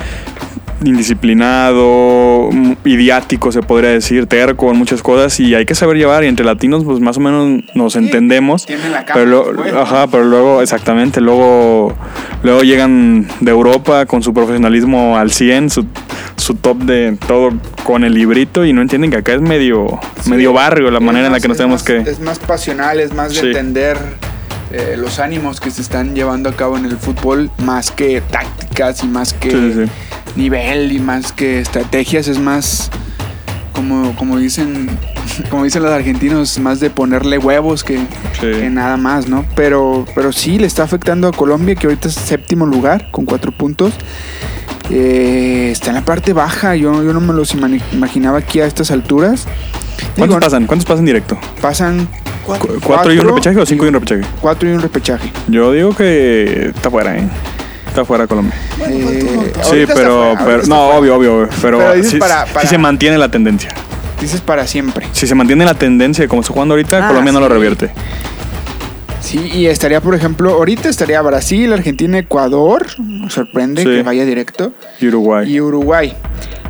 C: indisciplinado, mm, idiático, se podría decir, terco en muchas cosas. Y hay que saber llevar. Y entre latinos, pues más o menos nos entendemos.
B: tienen la cama,
C: pero, lo-
B: pues.
C: ajá, pero luego, exactamente, luego, luego llegan de Europa con su profesionalismo al 100, su, su top de todo con el librito. Y no entienden que acá es medio,
B: Sí.
C: medio barrio la
B: Es
C: manera en la
B: más-
C: que nos
B: es
C: tenemos
B: más-
C: que.
B: Es más pasional, es más de
C: Sí.
B: entender eh, los ánimos que se están llevando a cabo en el fútbol, más que tácticas y más que
C: Sí, sí, sí.
B: nivel y más que estrategias, es más como, como dicen como dicen los argentinos, más de ponerle huevos que,
C: Sí.
B: que nada más, ¿no? Pero, pero sí le está afectando a Colombia, que ahorita es séptimo lugar con cuatro puntos. Eh, está en la parte baja, yo, yo no me los imani- imaginaba aquí a estas alturas.
C: ¿Cuántos
B: Digo,
C: pasan? ¿Cuántos pasan directo?
B: pasan
C: ¿Cu- ¿Cuatro,
D: Cuatro.
C: y un
B: Cuatro
C: repechaje o cinco
B: y
C: y un repechaje?
B: cuatro y un repechaje.
C: Yo digo que está fuera, ¿eh? Está fuera Colombia.
D: Bueno, falta un
B: Eh,
D: montón.
C: Sí,
B: Ahorita está fuera,
C: pero,
B: ahorita
C: pero
B: está
C: no,
B: fuera.
C: obvio, obvio, obvio, pero,
B: Pero dices
C: sí,
B: para-
C: sí
B: para-
C: se mantiene la tendencia.
B: Dices para siempre.
C: Si se mantiene la tendencia como está jugando ahorita,
B: Ah,
C: Colombia no lo
B: sí.
C: revierte.
B: Sí, y estaría, por ejemplo, ahorita estaría Brasil, Argentina, Ecuador. Sorprende
C: Sí.
B: que vaya directo.
C: Y Uruguay.
B: Y Uruguay.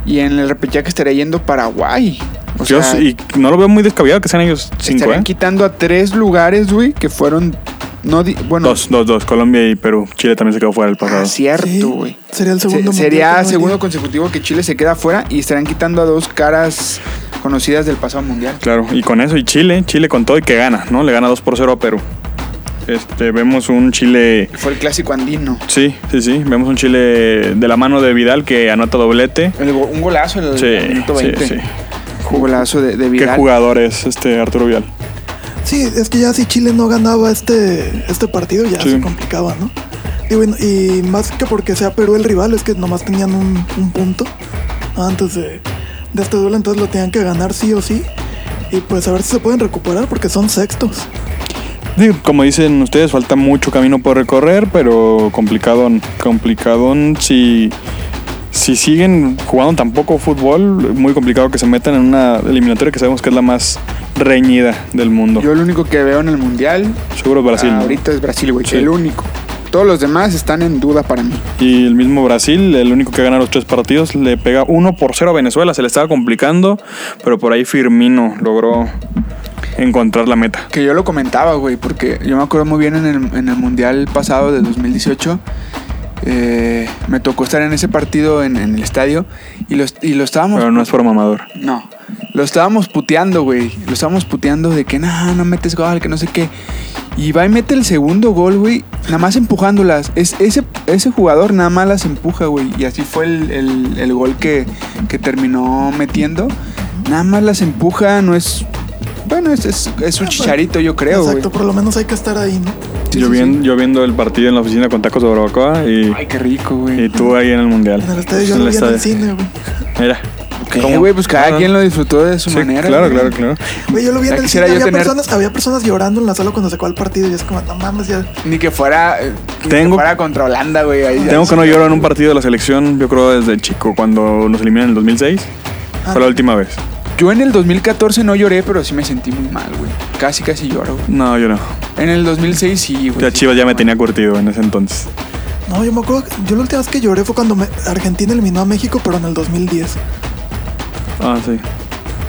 B: Y en el repechaje estaría yendo Paraguay. O
C: Yo
B: sea,
C: sí- y no lo veo muy descabellado que sean ellos cinco,
B: estarían
C: ¿eh?
B: quitando a tres lugares, güey, que fueron. No di- bueno,
C: Dos, dos, dos. Colombia y Perú. Chile también se quedó fuera el pasado.
B: ah,
D: Sí,
B: cierto, güey.
D: Sería el
B: Se-
D: segundo. mundial que
B: sería
D: no
B: segundo
D: venía.
B: consecutivo que Chile se queda fuera y estarán quitando a dos caras conocidas del pasado mundial.
C: Claro, y con eso, y Chile, Chile con todo y que gana, ¿no? Le gana 2 por 0 a Perú. Este, vemos un Chile
B: Fue el clásico andino.
C: Sí, sí, sí. Vemos un Chile de la mano de Vidal que anota doblete.
B: El go- un golazo en el
C: Sí,
B: minuto
C: sí,
B: 20.
C: sí.
B: Un golazo de, de
C: ¿Qué
B: Vidal.
C: jugador es este Arturo Vidal?
D: Sí, es que ya si Chile no ganaba este, este partido ya
C: Sí.
D: se complicaba, ¿no? Digo, y, y más que porque sea Perú el rival, es que nomás tenían un, un punto antes de, de este duelo, entonces lo tenían que ganar sí o sí. Y pues a ver si se pueden recuperar porque son sextos.
C: Sí, Como dicen ustedes, falta mucho camino por recorrer, pero complicadón. Complicadón si, si siguen jugando tan poco fútbol, muy complicado que se metan en una eliminatoria que sabemos que es la más reñida del mundo.
B: Yo lo único que veo en el mundial
C: Seguro es Brasil. ¿no?
B: Ah, ahorita es Brasil, güey.
C: Sí.
B: El único. Todos los demás están en duda para mí.
C: Y el mismo Brasil, el único que gana los tres partidos, le pega 1 por 0 a Venezuela. Se le estaba complicando, pero por ahí Firmino logró encontrar la meta.
B: Que yo lo comentaba, güey, porque yo me acuerdo muy bien en el, en el mundial pasado de 2018. eh, me tocó estar en ese partido en, en el estadio y, los, y lo estábamos
C: Pero no es por mamador.
B: No. Lo estábamos puteando, güey. Lo estábamos puteando de que no, no metes gol, que no sé qué. Y va y mete el segundo gol, güey. Nada más empujándolas. Es, ese, ese jugador nada más las empuja, güey. Y así fue el, el- el gol que, que terminó metiendo. Nada más las empuja, no es. Bueno, es, es, es un chicharito, yo creo, güey.
D: Exacto, por lo menos hay que estar ahí, ¿no? Sí,
C: yo,
D: sí,
C: vien-
D: sí.
C: yo viendo el partido en la oficina con tacos de barbacoa y,
B: Ay, qué rico, güey.
C: y tú ahí en el mundial.
D: En el estadio yo
C: En
D: lo
C: el
D: vi en el
C: estadio.
D: cine, güey.
C: Mira.
B: ¿Qué,
C: ¿Cómo?
B: güey? Pues cada
C: Ah,
B: quien lo disfrutó de su
C: sí,
B: manera.
C: Claro,
B: güey.
C: claro, claro.
D: Güey, yo lo vi
B: Ya
D: en el cine.
B: quisiera yo
D: Había,
B: tener-
D: personas, había personas llorando en la sala cuando se acabó el partido. Y es como, no mames, ya.
B: Ni que fuera. eh, ni
C: Tengo-
B: que fuera contra Holanda, güey. ahí ya-
C: Tengo que no llorar en un partido de la selección, yo creo desde chico, cuando nos eliminan en el 2006.
D: Ah.
C: Fue la última vez.
B: Yo en el 2014 no lloré, pero sí me sentí muy mal, güey. Casi, casi lloro, güey.
C: No, yo no.
B: En el 2006 sí, güey.
C: Ya
B: sí,
C: Chivas ya me
B: mal.
C: tenía curtido en ese entonces.
D: No, yo me acuerdo. que- Yo la última vez que lloré fue cuando me- Argentina eliminó a México, pero en el 2010.
C: Ah, sí.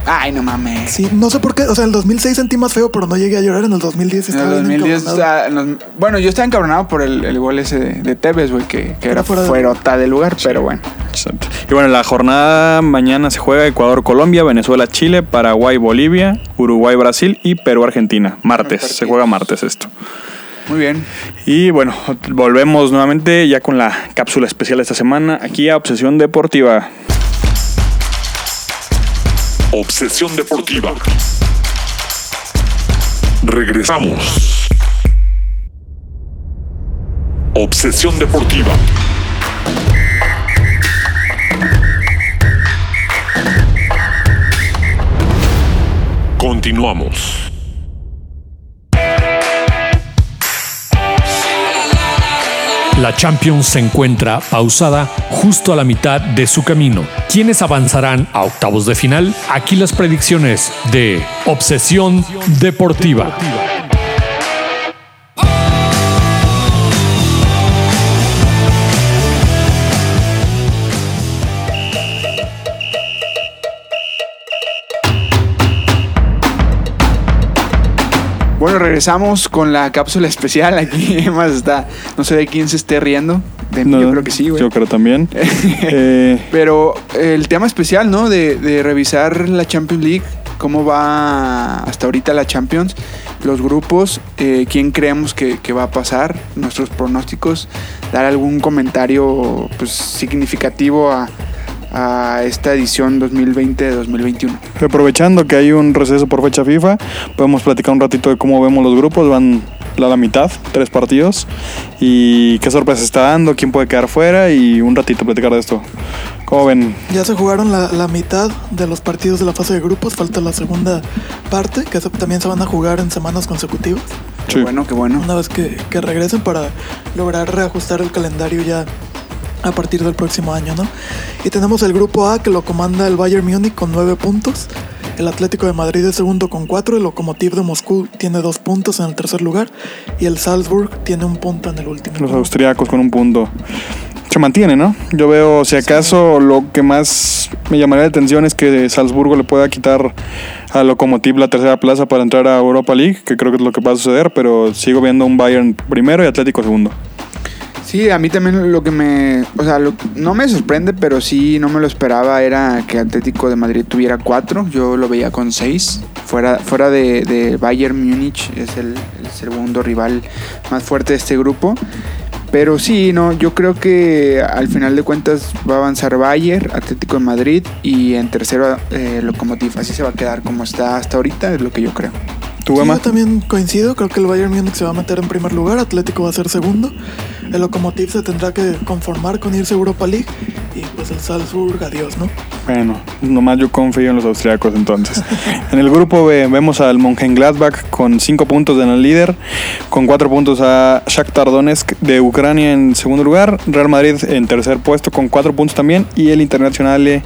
B: Ay, no mames.
D: Sí, no sé por qué. O sea, en el 2006 sentí más feo, pero no llegué a llorar. En el 2010
B: En el
D: estaba bien
B: 2010,
D: encabronado.
B: o sea, en los- bueno, yo estaba encabronado por el, el gol ese de, de Tevez, güey, que, que era
D: Era fuera de-
B: fuerota del lugar, pero bueno.
C: Exacto. Y bueno, la jornada mañana se juega Ecuador-Colombia, Venezuela-Chile, Paraguay-Bolivia, Uruguay-Brasil y Perú-Argentina. Martes, se juega martes esto.
B: Muy bien.
C: Y bueno, volvemos nuevamente ya con la cápsula especial de esta semana aquí a Obsesión Deportiva.
A: Obsesión deportiva. Regresamos. Obsesión deportiva. Continuamos.
E: La Champions se encuentra pausada justo a la mitad de su camino. ¿Quiénes avanzarán a octavos de final? Aquí las predicciones de Obsesión Deportiva.
B: Bueno, regresamos con la cápsula especial. Aquí más está. No sé de quién se esté riendo. De mí,
C: No,
B: Eh, yo creo que sí, güey.
C: Yo creo también. Eh,
B: Pero el tema especial, ¿no? De, de revisar la Champions League, cómo va hasta ahorita la Champions, los grupos, eh, quién creemos que, que va a pasar, nuestros pronósticos, dar algún comentario pues, significativo a, a esta edición 2020-2021.
C: aprovechando que hay un receso por fecha FIFA, podemos platicar un ratito de cómo vemos los grupos. Van a la mitad, tres partidos. Y qué sorpresa está dando, quién puede quedar fuera y un ratito platicar de esto. ¿Cómo ven?
D: Ya se jugaron la, la mitad de los partidos de la fase de grupos. Falta la segunda parte, que se- también se van a jugar en semanas consecutivas.
B: Qué
C: Sí.
B: bueno, qué bueno.
D: Una vez que, que regresen para lograr reajustar el calendario ya a partir del próximo año, ¿no? Y tenemos el grupo A que lo comanda el Bayern Múnich con nueve puntos. El Atlético de Madrid es segundo con cuatro. El Lokomotiv de Moscú tiene dos puntos en el tercer lugar. Y el Salzburg tiene un punto en el último.
C: Los austriacos con un punto. Se mantiene, ¿no? Yo veo, si acaso, lo que más me llamaría la atención es que Salzburgo le pueda quitar a Lokomotiv la tercera plaza para entrar a Europa League, que creo que es lo que va a suceder, pero sigo viendo un Bayern primero y Atlético segundo.
B: Sí, a mí también lo que me. O sea, lo- no me sorprende, pero sí no me lo esperaba era que Atlético de Madrid tuviera cuatro. Yo lo veía con seis. Fuera, fuera de, de Bayern Múnich, es el, el segundo rival más fuerte de este grupo. Pero sí, no, yo creo que al final de cuentas va a avanzar Bayern, Atlético de Madrid y en tercero eh, Lokomotiv. Así se va a quedar como está hasta ahorita, es lo que yo creo.
C: ¿Tú,
D: Sí,
C: Emma?
D: yo también coincido, creo que el Bayern Múnich se va a meter en primer lugar, Atlético va a ser segundo, el Lokomotiv se tendrá que conformar con irse a Europa League y pues el Salzburg, adiós, ¿no?
C: Bueno, nomás yo confío en los austriacos entonces. en el grupo B vemos al Mönchengladbach con 5 puntos en el líder, con 4 puntos a Shakhtar Donetsk de Ucrania en segundo lugar, Real Madrid en tercer puesto con 4 puntos también y el Internacional E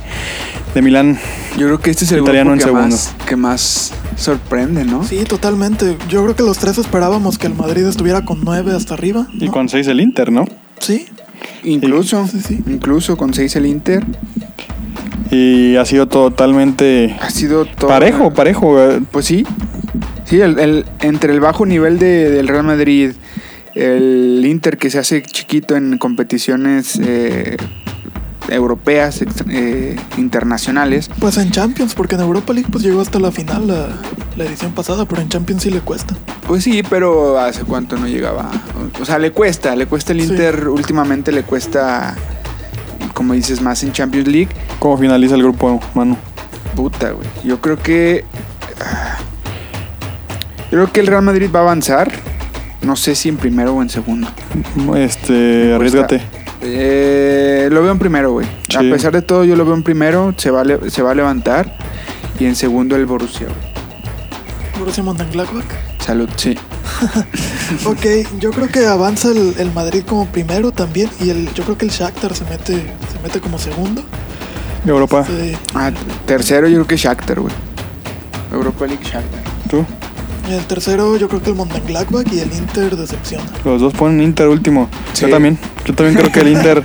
C: de Milán.
B: Yo creo que este es el
C: Italiano
B: grupo que
C: en segundo.
B: más, que más sorprende, ¿no?
D: Sí, totalmente. Yo creo que los tres esperábamos que el Madrid estuviera con nueve hasta arriba.
C: Y
D: ¿no?
C: con 6 el Inter, ¿no?
D: Sí,
B: Incluso,
D: Sí, sí.
B: incluso con 6 el Inter.
C: Y ha sido totalmente
B: Ha sido todo.
C: parejo, parejo. eh,
B: Pues sí. Sí, el, el- entre el bajo nivel de- del Real Madrid, el Inter que se hace chiquito en competiciones eh, europeas, ex- eh, internacionales.
D: pues en Champions, porque en Europa League pues llegó hasta la final la, la edición pasada, pero en Champions sí le cuesta.
B: Pues sí, pero hace cuánto no llegaba. O sea, le cuesta, le cuesta el
D: Sí.
B: Inter, últimamente le cuesta, como dices, más en Champions League.
C: ¿Cómo finaliza el grupo, Manu?
B: Puta, güey. Yo creo que. ah, Yo creo que el Real Madrid va a avanzar. No sé si en primero o en segundo.
C: Este, arriesgate.
B: Eh, lo veo en primero, güey.
C: Sí.
B: A pesar de todo, yo lo veo en primero. Se va, a le- se va a levantar. Y en segundo, el Borussia, güey.
D: Borussia Mönchengladbach.
B: Salud, sí.
D: Ok, yo creo que avanza el, el Madrid como primero también. Y el, yo creo que el Shakhtar se mete, se mete como segundo.
C: Europa,
D: Sí,
B: Ah, tercero, yo creo que Shakhtar, güey. Europa League Shakhtar.
C: tú.
D: y el tercero, yo creo que el Mönchengladbach y el Inter decepciona.
C: Los dos ponen Inter último.
B: Sí.
C: Yo también. Yo también creo que el Inter.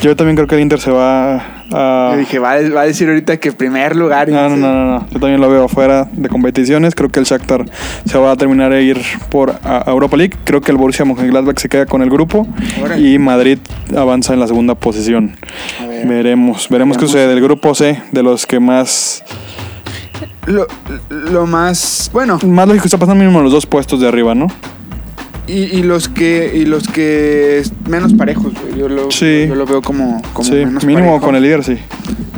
C: yo también creo que el Inter se va a.
B: Yo dije, va, a- va a decir ahorita que primer lugar. y
C: Ah. No, no,
B: dice-
C: no, no, no. Yo también lo veo afuera de competiciones. Creo que el Shakhtar se va a terminar de ir por a- a Europa League. Creo que el Borussia Mönchengladbach se queda con el grupo
B: Órale.
C: y Madrid avanza en la segunda posición.
B: A ver.
C: Veremos, veremos qué
B: Veamos.
C: sucede. Del grupo C, de los que más
B: Lo, lo más. Bueno,
C: más lógico está pasando mínimo en los dos puestos de arriba, ¿no?
B: y, y los que y los que es menos parejos, güey. Yo lo,
C: Sí.
B: yo lo veo como, como
C: sí,
B: menos
C: mínimo
B: parejo.
C: con el líder, sí.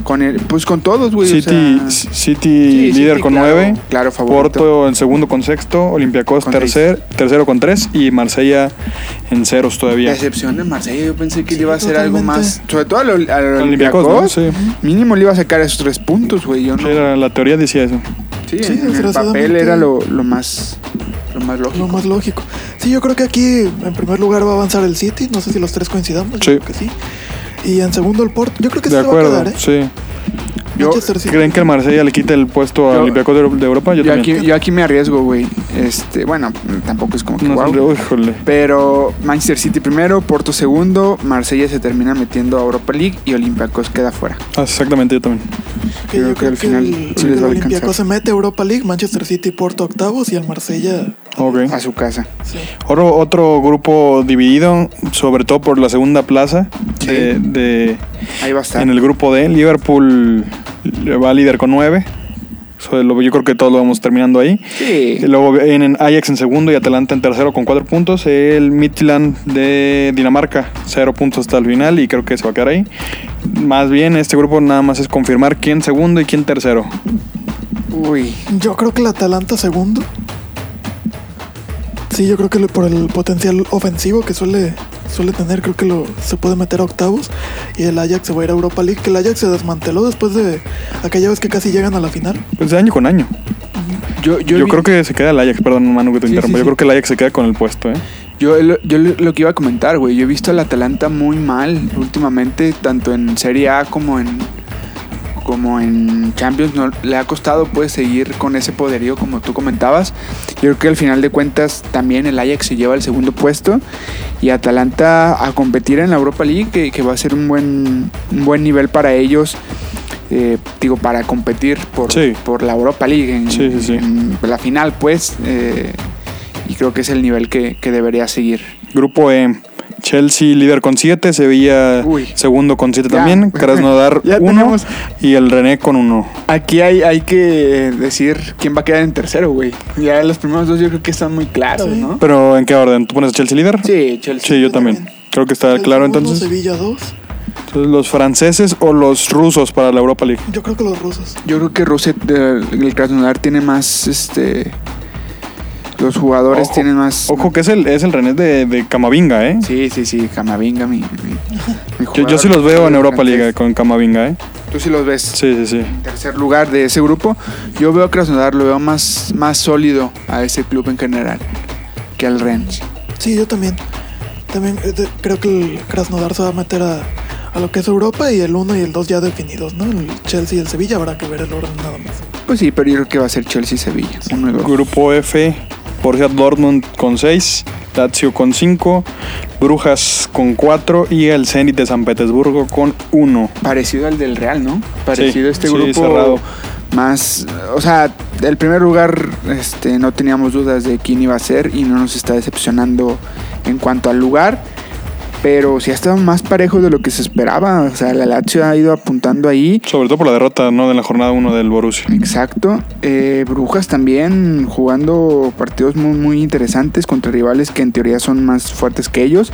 B: Con el- pues con todos, güey. o
C: City,
B: sea,
C: City
B: Sí,
C: líder
B: City,
C: con
B: claro,
C: nueve.
B: claro, favorito.
C: Porto en segundo con sexto. Olympiacos
B: Con
C: tercer, tercero con tres. Y Marsella en ceros todavía.
B: Decepción de Marsella, yo pensé que le iba a hacer
D: totalmente.
B: algo más. Sobre todo al, al
C: Olympiacos, ¿no?
B: Olympiacos,
C: Sí.
B: Mínimo le iba a sacar esos tres puntos, güey. Yo no.
C: Sí, era- la teoría decía eso.
B: Sí, en
D: Sí,
B: el papel
D: desgraciadamente.
B: era lo, lo más lo más lógico.
D: Lo más lógico. Sí, yo creo que aquí en primer lugar va a avanzar el City. No sé si los tres coincidamos.
C: Sí.
D: Yo creo que sí. Y en segundo el Porto. Yo creo que
C: De
D: sí se va a
C: acuerdo,
D: quedar, ¿eh?
C: sí.
B: Yo-
D: Manchester City.
C: ¿Creen que el Marsella le quite el puesto a
B: Yo-
C: Olympiacos de, de Europa? Yo,
B: Yo
C: también.
B: aquí, yo aquí me arriesgo, güey. Este, bueno, tampoco es como que
C: No,
B: guau.
C: hombre, híjole.
B: Pero Manchester City primero, Porto segundo, Marsella se termina metiendo a Europa League y Olympiacos queda fuera.
C: Ah, Exactamente, yo también.
D: Que yo creo que al final el,
B: sí les
D: el
B: va a
D: Olympiacos
B: alcanzar.
D: se mete Europa League, Manchester City, Porto octavos y el Marsella.
C: Ok.
B: A su casa.
D: Sí.
C: Otro, otro grupo dividido, sobre todo por la segunda plaza de- de,
B: Ahí va a estar.
C: En el grupo D, Liverpool va líder con 9. Yo creo que todos lo vamos terminando ahí.
B: Sí.
C: Y Luego vienen Ajax en segundo y Atalanta en tercero con 4 puntos. El Midtjylland de Dinamarca, 0 puntos hasta el final y creo que se va a quedar ahí. Más bien, este grupo nada más es confirmar quién segundo y quién tercero.
B: Uy.
D: Yo creo que el Atalanta segundo. Sí, yo creo que lo- por el potencial ofensivo que suele, suele tener, creo que lo, se puede meter a octavos. Y el Ajax se va a ir a Europa League, que el Ajax se desmanteló después de aquella vez que casi llegan a la final.
C: Pues de año con año.
B: Yo,
C: Yo,
B: yo, vi-
C: creo que se queda el Ajax, perdón, Manu, que te
B: Sí,
C: interrumpo.
B: sí,
C: Yo
B: sí.
C: creo que el Ajax se queda con el puesto, ¿eh?
B: Yo, lo- yo lo lo que iba a comentar, güey. Yo he visto al Atalanta muy mal últimamente, tanto en Serie A como en como en Champions. No, le ha costado pues seguir con ese poderío como tú comentabas. Yo creo que al final de cuentas también el Ajax se lleva el segundo puesto y Atalanta a competir en la Europa League, que, que va a ser un buen un buen nivel para ellos. eh, digo, para competir por,
C: Sí.
B: por la Europa League en,
C: Sí, sí, sí.
B: en la final, pues. eh, y creo que es el nivel que, que debería seguir.
C: Grupo E. Chelsea líder con 7, Sevilla
B: Uy.
C: segundo con 7
B: Ya.
C: también, Krasnodar
B: Ya
C: 1
B: tenemos.
C: y el René con 1.
B: Aquí hay, hay que decir quién va a quedar en tercero, güey. Ya los primeros dos yo creo que están muy claros,
D: Sí.
B: ¿no?
C: Pero ¿en qué orden? ¿Tú pones a Chelsea líder?
B: Sí, Chelsea.
C: Sí, yo
D: Yo
C: también.
D: también.
C: Creo que está
D: El
C: Ah, claro
D: segundo,
C: entonces.
D: Sevilla 2.
C: Entonces, ¿Los franceses o los rusos para la Europa League?
D: Yo creo que los rusos.
B: Yo creo que Ruset, eh, el Krasnodar tiene más, este... Los jugadores
C: Ojo,
B: tienen más...
C: Ojo que es el, es el René de, de Camavinga, ¿eh?
B: Sí, sí, sí, Camavinga, mi... mi- mi
C: Yo,
B: jugador
C: yo sí los veo en Europa
B: francés.
C: League con Camavinga, ¿eh?
B: Tú sí los ves.
C: Sí, sí, sí.
B: Tercer lugar de ese grupo. Yo veo a Krasnodar, lo veo más, más sólido a ese club en general que al Rennes.
D: Sí, yo también. También eh, de- creo que el Krasnodar se va a meter a, a lo que es Europa y el 1 y el 2 ya definidos, ¿no? El Chelsea y el Sevilla habrá que ver el orden nada más.
B: Pues sí, pero yo creo que va a ser Chelsea-Sevilla. Uno y dos.
C: Grupo F, Borussia Dortmund con 6, Lazio con 5, Brujas con 4 y el Zenit de San Petersburgo con 1.
B: parecido al del Real, ¿no? Parecido a este
C: sí,
B: grupo
C: cerrado.
B: más, o sea, el primer lugar este no teníamos dudas de quién iba a ser y no nos está decepcionando en cuanto al lugar, pero sí ha estado más parejo de lo que se esperaba, o sea, la Lazio ha ido apuntando ahí.
C: Sobre todo por la derrota ¿no? de la jornada 1 del Borussia.
B: Exacto, eh, Brujas también jugando partidos muy, muy interesantes contra rivales que en teoría son más fuertes que ellos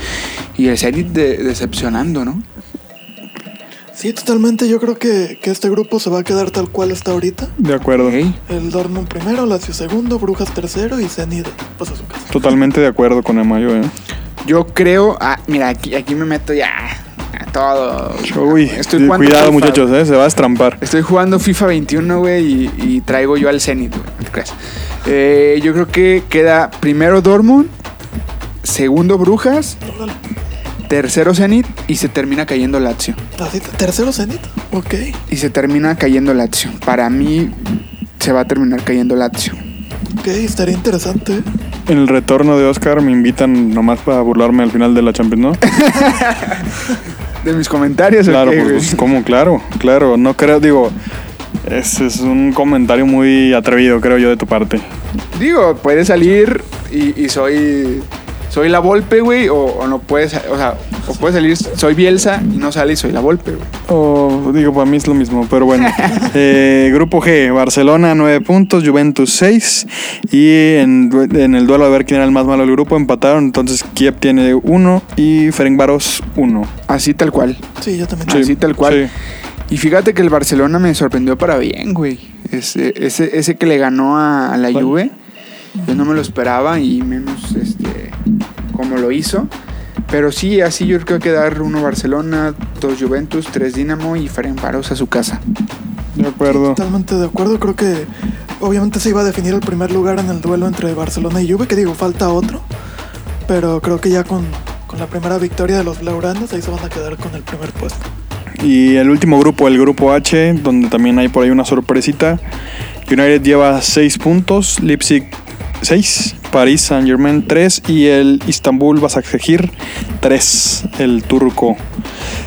B: y el Zenit de- decepcionando, ¿no?
D: Sí, totalmente. Yo creo que, que este grupo se va a quedar tal cual está ahorita.
C: De acuerdo.
B: Ok.
D: El Dortmund primero, Lazio segundo, Brujas tercero y Zenit pues a su casa.
C: Totalmente de acuerdo con Emayo, ¿eh?
B: Yo creo. Ah, mira, aquí, aquí me meto ya. A todo.
C: Uy,
B: jugando
C: cuidado,
B: FIFA.
C: muchachos, ¿eh? Se va a estrampar.
B: Estoy jugando FIFA 21, güey, y, y traigo yo al Zenit, güey. ¿qué crees? Eh, yo creo que queda primero Dortmund, segundo Brujas,
D: Órale.
B: tercero Zenit y se termina cayendo Lazio.
D: Así, tercero Zenit. Ok.
B: Y se termina cayendo Lazio. Para mí se va a terminar cayendo Lazio.
D: Ok, estaría interesante. ¿eh?
C: En el retorno de Oscar me invitan nomás para burlarme al final de la Champions, ¿no?
B: De mis comentarios, ¿o
C: Claro,
B: qué,
C: pues,
B: güey?
C: pues, ¿cómo? Claro, claro. No creo, digo, ese es un comentario muy atrevido, creo yo, de tu parte.
B: Digo, puede salir y, y soy. Soy la Volpe, güey, o, o no puedes. O sea, o puede salir, soy Bielsa y no sale y soy la Volpe, güey.
C: O, Pues digo, para mí es lo mismo, pero bueno. Eh, grupo G, Barcelona 9 puntos, Juventus 6. Y en, du- en el duelo a ver quién era el más malo del grupo, empataron. Entonces Kiev tiene 1 y Ferencváros 1.
B: Así tal cual.
D: Sí, yo también.
B: Sí. Así tal cual.
C: Sí.
B: Y fíjate que el Barcelona me sorprendió para bien, güey. Ese, ese, ese que le ganó a, a la
C: ¿Cuál?
B: Juve, yo no me lo esperaba y menos este como lo hizo. Pero sí, así yo creo que dar uno Barcelona, dos Juventus, tres Dinamo y Ferencváros a su casa.
C: De acuerdo.
D: Totalmente de acuerdo, creo que obviamente se iba a definir el primer lugar en el duelo entre Barcelona y Juve, que digo, falta otro, pero creo que ya con, con la primera victoria de los blaugranas ahí se van a quedar con el primer puesto.
C: Y el último grupo, el grupo H, donde también hay por ahí una sorpresita. United lleva 6 puntos, Leipzig 6, París Saint Germain 3 y el Istanbul Basaksehir 3, el turco.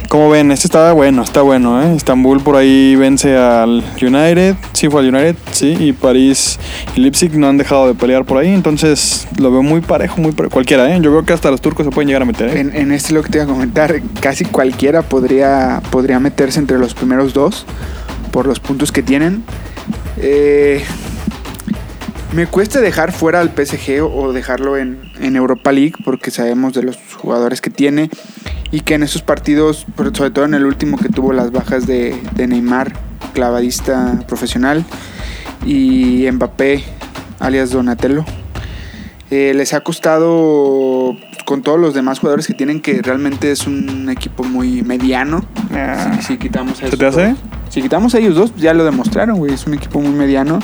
C: Como ven, este está bueno, está bueno, ¿eh? Istanbul por ahí vence al United, sí fue al United, sí, y París y Leipzig no han dejado de pelear por ahí, entonces lo veo muy parejo, muy pare- cualquiera, ¿eh? Yo veo que hasta los turcos se pueden llegar a meter, ¿eh?
B: En, en este lo que te iba a comentar, casi cualquiera podría, podría meterse entre los primeros dos por los puntos que tienen. Eh, me cuesta dejar fuera al PSG o- o dejarlo en, en Europa League porque sabemos de los jugadores que tiene y que en esos partidos, pero sobre todo en el último que tuvo las bajas de, de Neymar, clavadista profesional, y Mbappé, alias Donatello, eh, les ha costado pues, con todos los demás jugadores que tienen que realmente es un equipo muy mediano. Si, si quitamos a
C: ¿Se
B: esos
C: te hace?
B: dos. Si quitamos a ellos dos, ya lo demostraron, güey. Es un equipo muy mediano.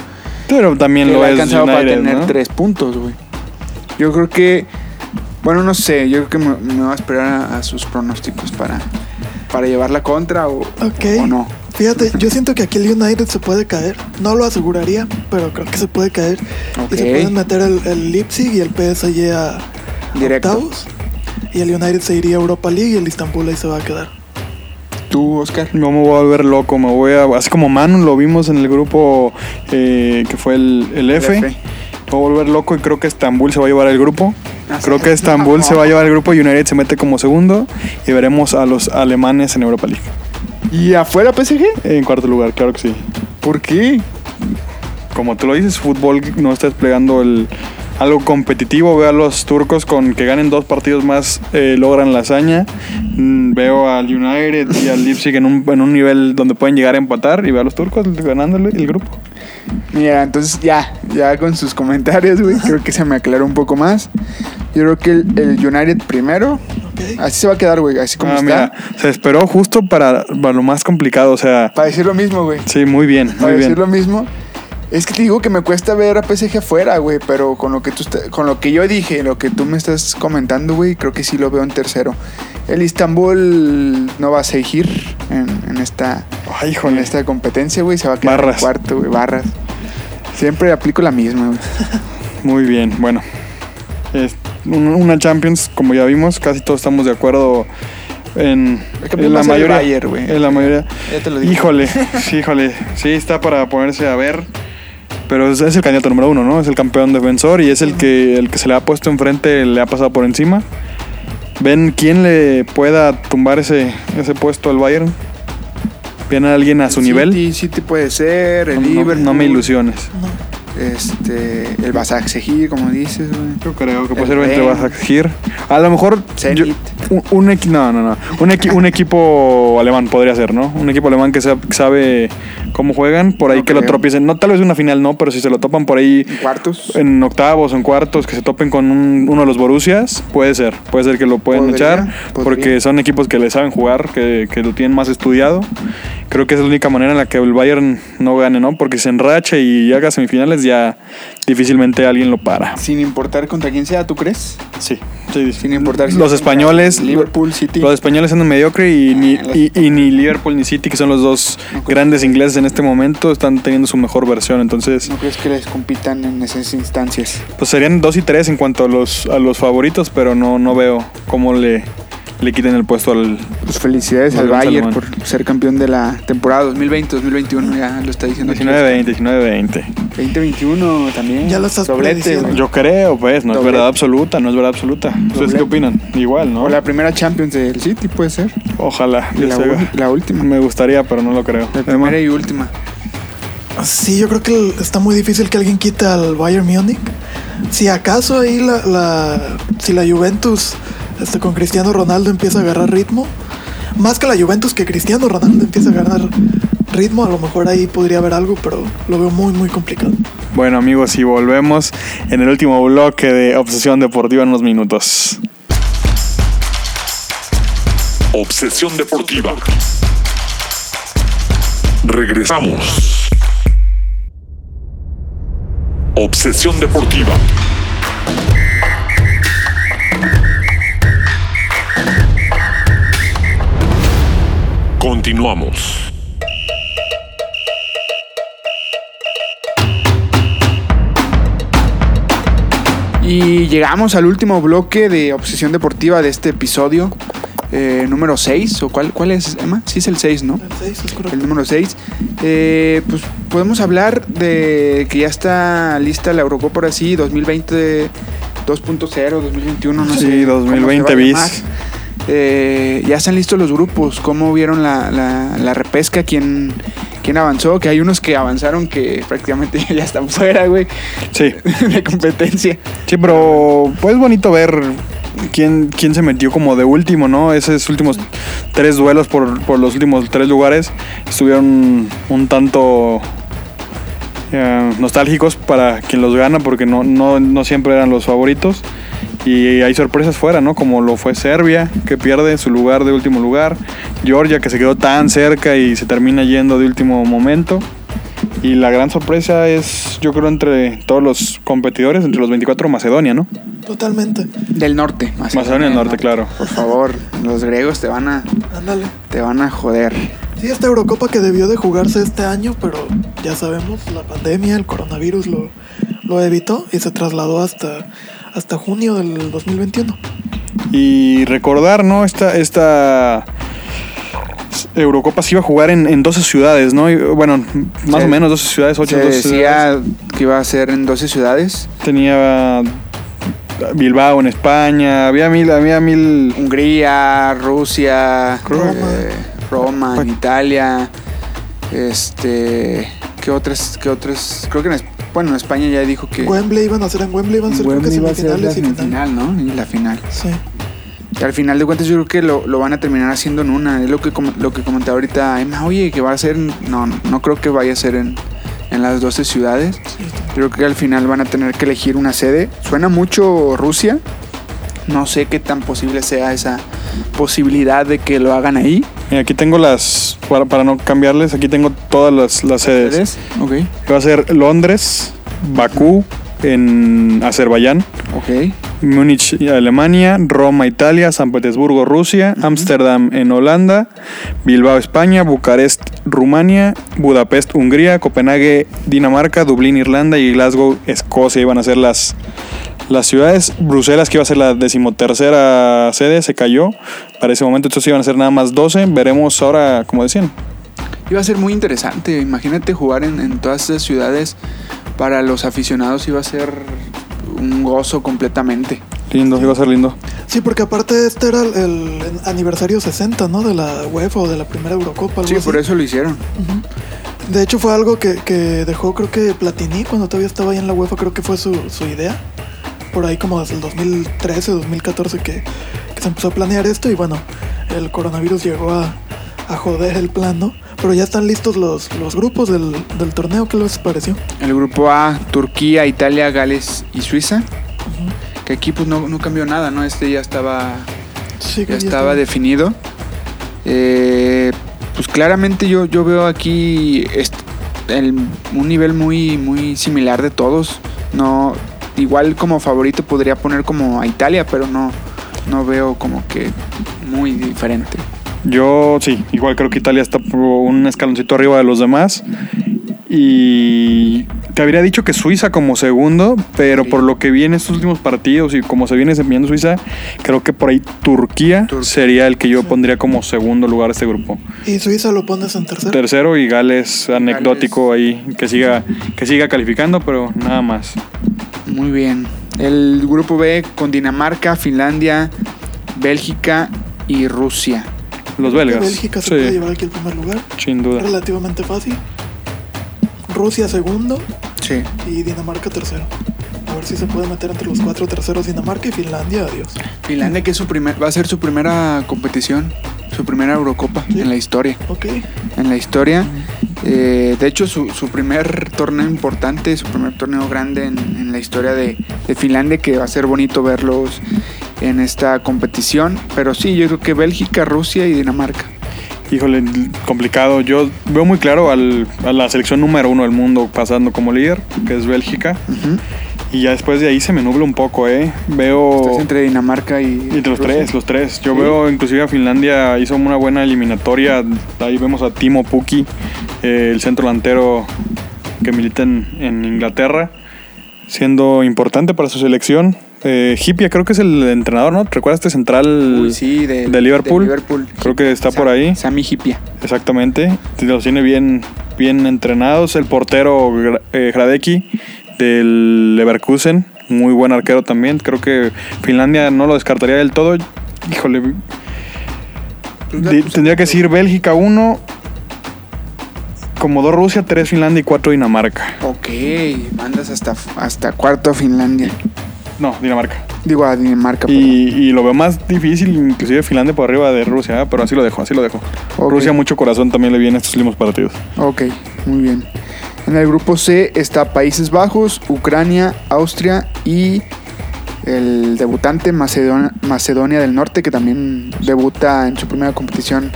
C: Pero también
B: que
C: lo
B: le ha
C: es
B: alcanzado para
C: United,
B: tener
C: ¿no?
B: tres puntos, güey. Yo creo que. Bueno, no sé. Yo creo que me, me voy a esperar a, a sus pronósticos para, para llevar la contra o,
D: Ok.
B: o no.
D: Fíjate, yo siento que aquí el United se puede caer, no lo aseguraría, pero creo que se puede caer y se
B: Ok.
D: pueden meter el, el Leipzig y el PSG a a
B: Directo.
D: octavos y el United se iría a Europa League y el Istanbul ahí se va a quedar.
B: Tú, Oscar.
C: No me voy a volver loco, me voy a. Así como Manu lo vimos en el grupo eh, que fue el, el F.
B: El
C: Me
B: F.
C: voy a volver loco y creo que Estambul se va a llevar el grupo.
B: Ah,
C: Creo
B: sí.
C: que Estambul
B: No.
C: se va a llevar el grupo y United se mete como segundo. Y veremos a los alemanes en Europa League.
B: ¿Y afuera PSG?
C: En cuarto lugar, claro que sí.
B: ¿Por qué?
C: Como tú lo dices, fútbol no está desplegando el, algo competitivo. Veo a los turcos con que ganen dos partidos más, eh, logran la hazaña. Mm, Veo al United y al Leipzig en un, en un nivel donde pueden llegar a empatar. Y veo a los turcos ganándole el grupo.
B: Mira, entonces ya, ya con sus comentarios, güey, creo que se me aclaró un poco más. Yo creo que el, el United primero,
D: Ok.
B: así se va a quedar, güey, así como
C: Ah,
B: está.
C: mira, se esperó justo para, para lo más complicado, o sea,
B: Para decir lo mismo, güey.
C: sí, muy bien,
B: Para
C: muy bien.
B: decir lo mismo. Es que te digo que me cuesta ver a PSG afuera, güey, pero con lo que tú está- con lo que yo dije, lo que tú me estás comentando, güey, creo que sí lo veo en tercero. El Istanbul no va a seguir en, en esta
C: Ay,
B: en
C: híjole,
B: esta competencia, güey, se va a quedar en
C: Barras.
B: cuarto, güey, barras. Siempre aplico la misma, güey.
C: muy bien, bueno. Es un- una Champions, como ya vimos, casi todos estamos de acuerdo en,
B: El campeón
C: en
B: va
C: la
B: a ser el
C: mayoría.
B: Bayern, güey.
C: en la mayoría.
B: Ya te lo dije.
C: Híjole, sí, híjole, sí está para ponerse a ver. Pero es, es el candidato número uno, ¿no? Es el campeón defensor y es el que, el que se le ha puesto enfrente, le ha pasado por encima. ¿Ven quién le pueda tumbar ese, ese puesto al Bayern? ¿Viene alguien a su nivel?
B: City, City puede ser, el
C: No, no,
B: Liverpool.
C: no me ilusiones.
D: No.
B: Este, el Basaksehir, como dices, güey.
C: Yo creo que
B: El
C: puede ser entre
B: Bayern.
C: Basakir. A lo mejor. yo-
B: Zenit.
C: un, un equi- no, no, no. Un, equi- un equipo alemán podría ser, ¿no? Un equipo alemán que, sea- que sabe cómo juegan, por ahí
B: No
C: que lo
B: creo.
C: tropiecen. No, tal vez una final no, pero si se lo topan por ahí
B: Cuartos.
C: en octavos o en cuartos, que se topen con un- uno de los Borussias, puede ser. Puede ser que lo pueden
B: Podría,
C: echar,
B: podría.
C: porque son equipos que le saben jugar, que, que lo tienen más estudiado. Creo que esa es la única manera en la que el Bayern no gane, ¿no? Porque si se enracha y haga semifinales, ya difícilmente alguien lo para.
B: Sin importar contra quién sea, ¿tú crees?
C: Sí, sí, sí.
B: Sin importar si
C: los
B: es contra
C: españoles.
B: Liverpool, City.
C: Los españoles andan mediocre y ni,
B: Ah, los-
C: y- y ni Liverpool ni City, que son los dos grandes ingleses en este momento, están teniendo su mejor versión. Entonces,
B: ¿No crees que les compitan en esas instancias?
C: pues serían dos y tres en cuanto a los, a los favoritos, pero no, no veo cómo le, le quiten el puesto al.
B: Pues felicidades al
C: Volvemos al
B: Bayern
C: Mon.
B: por ser campeón de la temporada 2020-2021, ya lo está diciendo. aquí.
C: 19-20, 19-20.
B: 2021 también.
D: Ya lo estás
B: Doblete,
D: prediciendo.
B: güey.
C: Yo creo, pues, no es
B: Doblete.
C: verdad absoluta, no es verdad absoluta. ¿Ustedes
B: Doblete.
C: qué opinan? Igual, ¿no?
B: O la primera Champions del City puede ser.
C: Ojalá.
B: Y
C: les
B: La,
C: haga.
B: ul- la última.
C: Me gustaría, pero no lo creo.
B: La primera y última.
D: Sí, yo creo que el- está muy difícil que alguien quite al Bayern Múnich. Si acaso ahí la, la- si la Juventus este, con Cristiano Ronaldo empieza a agarrar ritmo, más que la Juventus que Cristiano Ronaldo empieza a agarrar ritmo, a lo mejor ahí podría haber algo, pero lo veo muy muy complicado.
C: Bueno amigos, y volvemos en el último bloque de Obsesión Deportiva en unos minutos.
A: Obsesión Deportiva. Regresamos. Obsesión Deportiva. Continuamos.
B: Y llegamos al último bloque de Obsesión Deportiva de este episodio. eh, número 6, ¿o cuál, cuál es, Emma? Sí, es el 6, ¿no?
D: El seis, es correcto.
B: El número 6. pues podemos hablar de que ya está lista la Eurocopa ahora sí, 2020 2.0, 2021, no
C: Sí,
B: sé. cómo
C: 2020
B: se va a
C: bis.
B: llamar. Eh, ya están listos los grupos. ¿Cómo vieron la, la- la repesca? ¿Quién, ¿Quién avanzó? Que hay unos que avanzaron que prácticamente ya están fuera, güey,
C: Sí,
B: de competencia.
C: sí, pero pues bonito ver quién, quién se metió como de último, ¿no? Esos últimos tres duelos por, por los últimos tres lugares estuvieron un tanto eh, nostálgicos para quien los gana porque no, no, no siempre eran los favoritos. Y hay sorpresas fuera, ¿no? Como lo fue Serbia, que pierde su lugar de último lugar. Georgia, que se quedó tan cerca y se termina yendo de último momento. Y la gran sorpresa es, yo creo, entre todos los competidores, entre los 24, Macedonia, ¿no?
D: Totalmente.
B: Del norte,
C: Macedonia del Norte, claro.
B: Por favor, los griegos te van a,
D: Ándale.
B: te van a joder.
D: Sí, esta Eurocopa que debió de jugarse este año, pero ya sabemos, la pandemia, el coronavirus lo, lo evitó y se trasladó hasta, hasta junio del 2021.
C: Y recordar, ¿no? Esta, esta Eurocopa se iba a jugar en, en 12 ciudades, ¿no? Y, bueno, más
B: Se-
C: o menos 12 ciudades, 8
B: Se
C: 12 ciudades.
B: decía que iba a ser en 12 ciudades.
C: Tenía Bilbao en España, había mil, había mil...
B: Hungría, Rusia,
D: Creo-
B: eh, Roma, en Italia, este, ¿qué otras, qué otras? Creo que en, Es- bueno, en España ya dijo que
D: Wembley iban a ser en Wembley, iban a ser creo que
B: Wembley iba a ser la
D: semifinales y final.
B: semifinal, ¿no? Y la final.
D: Sí.
B: Y al final de cuentas yo creo que lo, lo van a terminar haciendo en una. Es lo que com- lo que comentaba ahorita Emma, oye, que va a ser, en- no, no creo que vaya a ser en, en las 12 ciudades. Creo que al final van a tener que elegir una sede. Suena mucho Rusia. No sé qué tan posible sea esa posibilidad de que lo hagan ahí.
C: Mira, aquí tengo las, para, para no cambiarles, aquí tengo todas las, las sedes.
B: ¿Ustedes? Ok.
C: Va a ser Londres, Bakú en Azerbaiyán,
B: Ok.
C: Múnich, Alemania, Roma, Italia, San Petersburgo, Rusia, Ámsterdam en Holanda, Bilbao, España, Bucarest, Rumania, Budapest, Hungría, Copenhague, Dinamarca, Dublín, Irlanda y Glasgow, Escocia iban a ser las, las ciudades. Bruselas, que iba a ser la decimotercera sede, se cayó. Para ese momento estos iban a ser nada más 12. Veremos ahora, como decían,
B: Iba a ser muy interesante. Imagínate jugar en, en todas esas ciudades. Para los aficionados iba a ser un gozo completamente.
C: lindo, iba a ser lindo.
D: Sí, porque aparte este era el, el aniversario 60, ¿no? De la UEFA o de la primera Eurocopa. algo
B: Sí,
D: así.
B: por eso lo hicieron.
D: De hecho fue algo que, que dejó creo que Platini cuando todavía estaba ahí en la UEFA, creo que fue su, su idea. Por ahí como desde el 2013, 2014 que, que se empezó a planear esto y bueno, el coronavirus llegó a, a joder el plan, ¿no? Pero ya están listos los, los grupos del, del torneo, ¿qué les pareció?
B: El grupo A, Turquía, Italia, Gales y Suiza. Que aquí pues no, no cambió nada, ¿no? Este ya estaba,
D: Sí,
B: ya estaba definido. Eh, pues claramente yo, yo veo aquí est- el- un nivel muy, muy similar de todos. No, igual como favorito podría poner como a Italia, pero no, no veo como que muy diferente.
C: Yo sí, igual creo que Italia está por un escaloncito arriba de los demás. Y te habría dicho que Suiza como segundo, pero
B: Sí.
C: por lo que vi en estos últimos partidos y como se viene desempeñando Suiza, creo que por ahí Turquía
B: Turquía.
C: sería el que yo pondría como segundo lugar a este grupo.
D: Y Suiza lo pones en tercero.
C: Tercero y Gales, anecdótico ahí, que siga, que siga calificando, pero nada más.
B: Muy bien. El grupo B con Dinamarca, Finlandia, Bélgica y Rusia.
C: Los
D: Que
C: belgas.
D: Bélgica se puede
C: sí,
D: llevar aquí el primer lugar.
C: sin duda.
D: Relativamente fácil. Rusia segundo
B: Sí.
D: y Dinamarca tercero. A ver si se puede meter entre los cuatro terceros Dinamarca y Finlandia, adiós.
B: Finlandia que es su primer, va a ser su primera competición, su primera Eurocopa
D: Sí.
B: en la historia.
D: Ok.
B: En la historia. Eh, de hecho, su, su primer torneo importante, su primer torneo grande en, en la historia de, de Finlandia, que va a ser bonito verlos en esta competición. Pero sí, yo creo que Bélgica, Rusia y Dinamarca.
C: Híjole, complicado. Yo veo muy claro al- a la selección número uno del mundo pasando como líder, que es Bélgica.
B: Ujú.
C: Y ya después de ahí se me nubla un poco, ¿eh? Veo...
B: Estás entre Dinamarca y...
C: Entre los
B: Rusia.
C: tres, los tres. Yo
B: Sí.
C: veo inclusive a Finlandia hizo una buena eliminatoria. Ahí vemos a Timo Pukki, eh, el centro delantero que milita en, en Inglaterra, siendo importante para su selección. Eh, Hipia creo que es el entrenador, ¿no? ¿Te ¿Recuerdas este central
B: Uy, sí, de,
C: de Liverpool?
B: de Liverpool.
C: Creo que está por
B: Sa-
C: ahí.
B: Sami Hipia.
C: Exactamente, los tiene bien, bien entrenados. El portero Gra- eh, Hradecki del Leverkusen, muy buen arquero también. Creo que Finlandia no lo descartaría del todo. Híjole,
B: Pues,
C: di- tendría
B: eh,
C: que decir Bélgica 1, como 2 Rusia, 3 Finlandia y 4 Dinamarca.
B: Ok, mandas hasta, hasta cuarto a Finlandia.
C: No, Dinamarca.
B: Digo a Dinamarca.
C: Y, y lo veo más difícil, inclusive Finlandia por arriba de Rusia, ¿eh? pero así lo dejo, así lo dejo.
B: Ok.
C: Rusia mucho corazón también le viene estos últimos partidos.
B: perdón. Ok, muy bien. En el grupo C está Países Bajos, Ucrania, Austria y el debutante Macedonia, Macedonia del Norte, que también debuta en su primera competición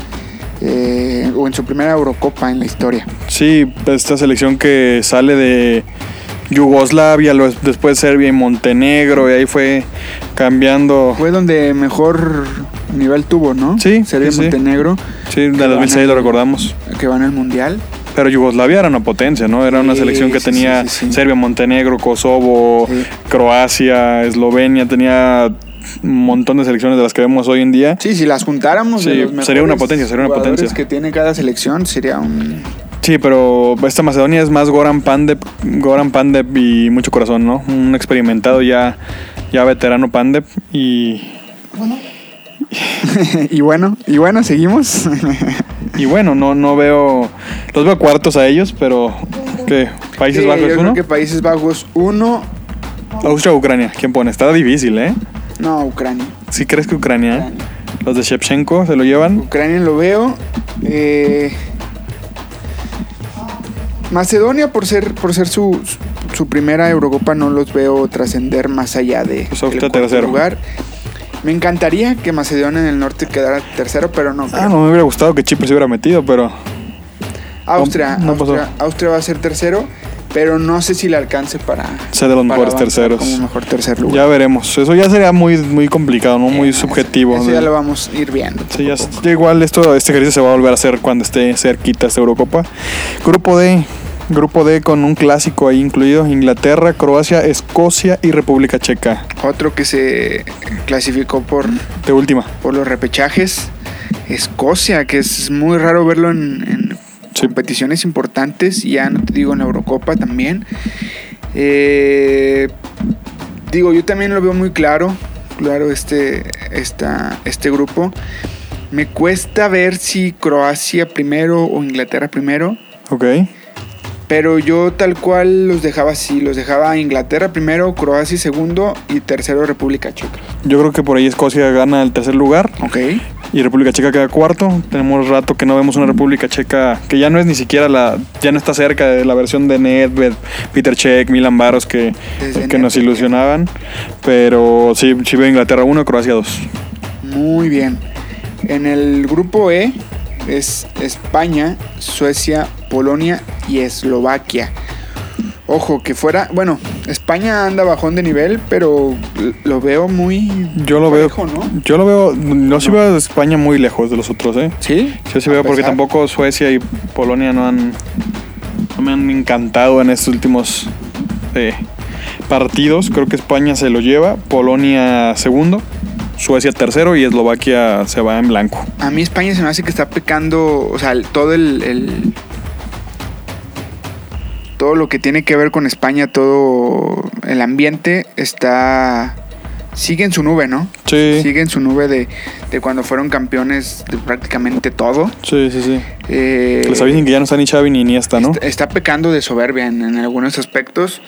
B: eh, o en su primera Eurocopa en la historia.
C: Sí, esta selección que sale de Yugoslavia, lo- después Serbia y Montenegro, y ahí fue cambiando.
B: Fue donde mejor nivel tuvo, ¿no?
C: Sí,
B: Serbia
C: sí, sí.
B: Montenegro,
C: Sí, de
B: Que
C: 2006 lo
B: van a-
C: recordamos.
B: que van al Mundial.
C: Pero Yugoslavia era una potencia, ¿no? Era una
B: Sí,
C: selección que
B: sí,
C: tenía
B: sí, sí, sí.
C: Serbia, Montenegro, Kosovo,
B: Sí.
C: Croacia, Eslovenia, tenía un montón de selecciones de las que vemos hoy en día.
B: Sí, si las juntáramos. de
C: Sí,
B: los
C: sería una
B: mejores
C: potencia, sería una
B: jugadores
C: potencia.
B: que tiene cada selección sería un.
C: Sí, pero esta Macedonia es más Goran Pandev, Goran Pandev y mucho corazón, ¿no? Un experimentado ya, ya veterano Pandev y,
D: Bueno,
B: y bueno, y bueno, seguimos.
C: Y bueno, no, no veo. Los veo cuartos a ellos, pero. ¿Qué? Países
B: Sí,
C: Bajos
B: yo
C: es
B: creo
C: uno.
B: que Países Bajos uno.
C: Austria o Ucrania. ¿Quién pone? Está difícil, ¿eh?
B: No, Ucrania.
C: Si crees que Ucrania. ¿eh?
B: Ucrania.
C: Los de Shevchenko se lo llevan.
B: Ucrania lo veo. Eh, Macedonia por ser por ser su, su primera Eurocopa no los veo trascender más allá de
C: Pues Austria
B: del cuarto
C: tercero.
B: lugar. Me encantaría que Macedonia del Norte quedara tercero, pero no.
C: Ah,
B: creo.
C: no me hubiera gustado que Chipre se hubiera metido, pero.
B: Austria,
C: No pasó.
B: Austria, Austria va a ser tercero, pero no sé si le alcance para
C: Ser de los
B: para
C: mejores
B: avanzar
C: terceros.
B: Como mejor tercer lugar.
C: Ya veremos. Eso ya sería muy, muy complicado, ¿no? Muy
B: Eh,
C: subjetivo.
B: Eso, eso ya lo vamos a ir viendo.
C: Sí, ya- ya igual esto, este ejercicio se va a volver a hacer cuando esté cerquita esta Eurocopa. Grupo D, grupo D con un clásico ahí incluido, Inglaterra, Croacia, Escocia y República Checa.
B: Otro que se clasificó por,
C: De última.
B: por los repechajes, Escocia, que es muy raro verlo en, en
C: Sí.
B: competiciones importantes, ya no te digo en la Eurocopa también. Eh, digo, yo también lo veo muy claro, claro este, esta, este grupo. Me cuesta ver si Croacia primero o Inglaterra primero,
C: Ok.
B: Pero yo tal cual los dejaba así, los dejaba a Inglaterra primero, Croacia segundo y tercero República Checa.
C: Yo creo que por ahí Escocia gana el tercer lugar
B: Ok.
C: y República Checa queda cuarto. Tenemos rato que no vemos una República Checa que ya no es ni siquiera la. ya no está cerca de la versión de Nedved, Peter Check, Milan Baros que,
B: Desde
C: que nos
B: Nedved. ¿eh?
C: ilusionaban. Pero sí, sí veo Inglaterra 1, Croacia 2.
B: Muy bien. En el grupo E es España, Suecia, Polonia y Eslovaquia. Ojo, que fuera, bueno, España anda bajón de nivel, pero lo veo muy...
C: Yo lo veo.
B: parejo, ¿no?
C: Yo lo veo. No, sí veo a España muy lejos de los otros, ¿eh?
B: Sí.
C: Yo sí
B: A
C: veo porque
B: pesar.
C: tampoco Suecia y Polonia no han. No me han encantado en estos últimos eh, partidos. Creo que España se lo lleva. Polonia segundo. Suecia tercero y Eslovaquia se va en blanco.
B: A mí España se me hace que está pecando, o sea, el- todo el, el- Todo lo que tiene que ver con España, todo el ambiente está... Sigue en su nube, ¿no?
C: Sí.
B: Sigue en su nube de, de cuando fueron campeones de prácticamente todo.
C: Sí, sí, sí.
B: Eh, este
C: Les avisen que ya no está ni Xavi ni Iniesta, ¿no?
B: está, está pecando de soberbia en, en algunos aspectos.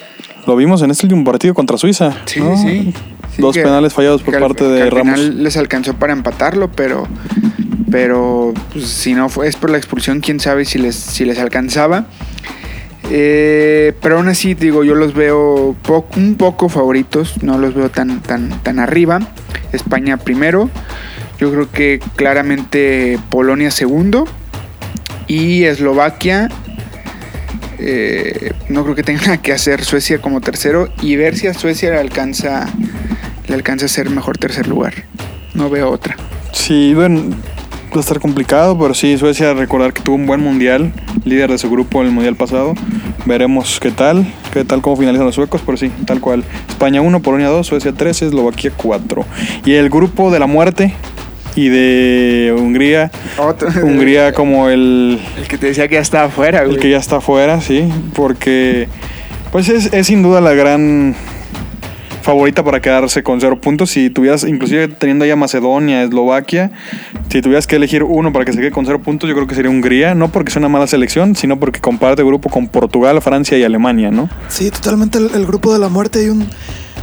C: Lo vimos en este último partido contra Suiza.
B: Sí,
C: ¿no?
B: sí. Sí,
C: Dos
B: que-
C: penales fallados por
B: que al-
C: parte
B: que
C: de
B: al
C: Ramos.
B: final les alcanzó para empatarlo, pero pero pues, si no fue es por la expulsión, quién sabe si les si les alcanzaba. Eh, pero aún así digo, yo los veo po- un poco favoritos, no los veo tan tan tan arriba. España primero, yo creo que claramente Polonia segundo y Eslovaquia. eh, no creo que tenga nada que hacer Suecia como tercero y ver si a Suecia le alcanza le alcanza a ser mejor tercer lugar. No veo otra.
C: Sí, bueno, va a estar complicado, pero sí, Suecia recordar que tuvo un buen mundial, líder de su grupo en el mundial pasado. Veremos qué tal, qué tal cómo finalizan los suecos, pero sí, tal cual. España 1, Polonia 2, Suecia 3, Eslovaquia 4. Y el grupo de la muerte y de Hungría,
B: Otro.
C: Hungría como el,
B: El que te decía que ya estaba afuera, güey.
C: el que ya está afuera, sí, porque pues es, es sin duda la gran favorita para quedarse con cero puntos. Si tuvieras, inclusive teniendo ya Macedonia, Eslovaquia, si tuvieras que elegir uno para que se quede con cero puntos, yo creo que sería Hungría, no porque sea una mala selección, sino porque comparte grupo con Portugal, Francia y Alemania, ¿no?
D: Sí, totalmente el, el grupo de la muerte. Hay un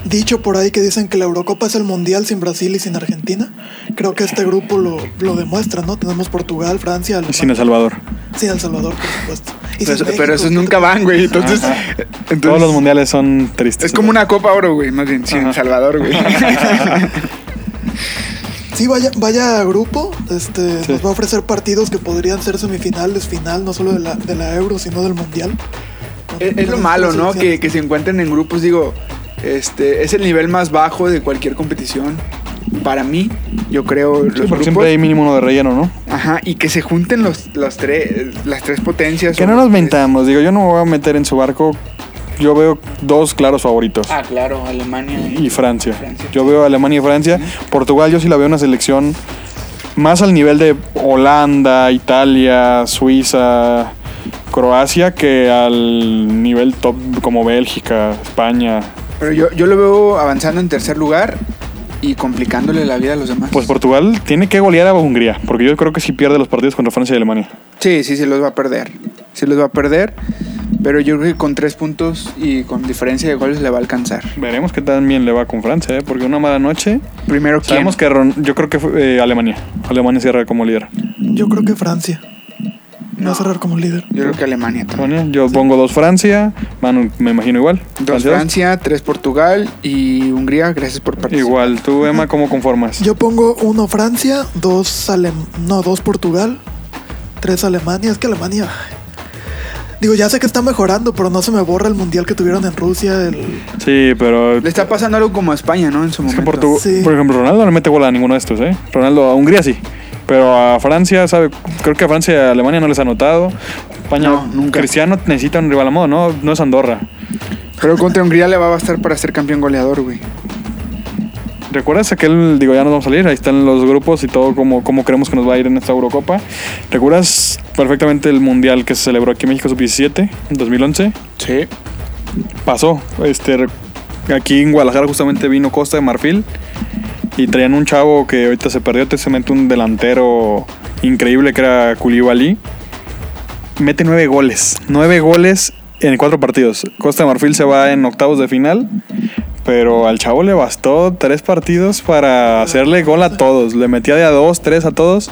D: dicho por ahí que dicen que la Eurocopa es el mundial sin Brasil y sin Argentina. Creo que este grupo lo, lo demuestra, ¿no? Tenemos Portugal, Francia, Alemania,
C: Sin El Salvador.
D: sí, El Salvador, por supuesto. Y
B: Pero,
D: sin México,
B: pero esos
D: que
B: nunca van, güey. Entonces,
C: Ajá.
B: entonces-
C: Todos los mundiales son tristes.
B: Es como una copa oro, güey. Más bien, sí, en
C: Ajá.
B: Salvador, güey.
D: Sí, vaya, vaya grupo, este,
C: Sí.
D: nos va a ofrecer partidos que podrían ser semifinales, final, no solo de la, de la Euro, sino del Mundial.
B: es, es lo
D: Entonces, pues,
B: malo, ¿no?
D: selecciones.
B: Que, que se encuentren en grupos, digo, este, es el nivel más bajo de cualquier competición. Para mí, yo creo.
C: Sí, porque
B: los grupos,
C: siempre hay mínimo uno de relleno, ¿no?
B: Ajá, y que se junten los, los tres, las tres potencias.
C: Que no nos mentamos, digo, yo no me voy a meter en su barco. Yo veo dos claros favoritos.
B: Ah, claro, Alemania. ¿eh?
C: y Francia.
B: Francia.
C: Yo veo a Alemania y Francia. Portugal yo sí la veo una selección más al nivel de Holanda, Italia, Suiza, Croacia que al nivel top como Bélgica, España.
B: Pero yo, yo lo veo avanzando en tercer lugar y complicándole la vida a los demás.
C: Pues Portugal tiene que golear a Hungría, porque yo creo que sí pierde los partidos contra Francia y Alemania.
B: Sí, sí, sí los va a perder. Sí los va a perder. Pero yo creo que con tres puntos y con diferencia de goles le va a alcanzar.
C: Veremos qué tan bien le va con Francia, ¿eh? porque una mala noche.
B: Primero, ¿quién?
C: Sabemos que Ron- yo creo que fue, eh, Alemania. Alemania cierra como líder.
D: Yo creo que Francia va
B: No.
D: a cerrar como líder.
B: Yo creo que Alemania también.
C: Alemania, Yo pongo dos Francia, Manu me imagino igual.
B: Dos
C: dos.
B: Francia, tres Portugal y Hungría. Gracias por participar.
C: Igual, tú, Emma, ¿cómo conformas?
D: Yo pongo uno Francia, dos Alem no, dos Portugal, tres Alemania. Es que Alemania. Digo, ya sé que está mejorando, pero no se me borra el mundial que tuvieron en Rusia. El...
C: Sí, pero.
B: Le está pasando algo como a España, ¿no? En su
C: Es que
B: momento.
C: Portu-
D: Sí.
C: Por ejemplo, Ronaldo no le mete gol a ninguno de estos, ¿eh? Ronaldo a Hungría sí. Pero a Francia, ¿sabe? Creo que a Francia y a Alemania no les ha anotado. España,
B: No, nunca.
C: Cristiano necesita un rival a modo, ¿no? No es Andorra.
B: Pero contra Hungría le va a bastar para ser campeón goleador, güey.
C: ¿Recuerdas aquel, digo, ya nos vamos a salir? Ahí están los grupos y todo, cómo, cómo creemos que nos va a ir en esta Eurocopa. ¿Recuerdas perfectamente el Mundial que se celebró aquí en México Sub-17 en 2011?
B: Sí.
C: pasó. Este, re- aquí en Guadalajara justamente vino Costa de Marfil y traían un chavo que ahorita se perdió, te se mete un delantero increíble que era Koulibaly. Mete nueve goles, nueve goles en cuatro partidos. Costa de Marfil se va en octavos de final, pero al chavo le bastó tres partidos para hacerle gol a todos. Le metía de a dos, tres a todos.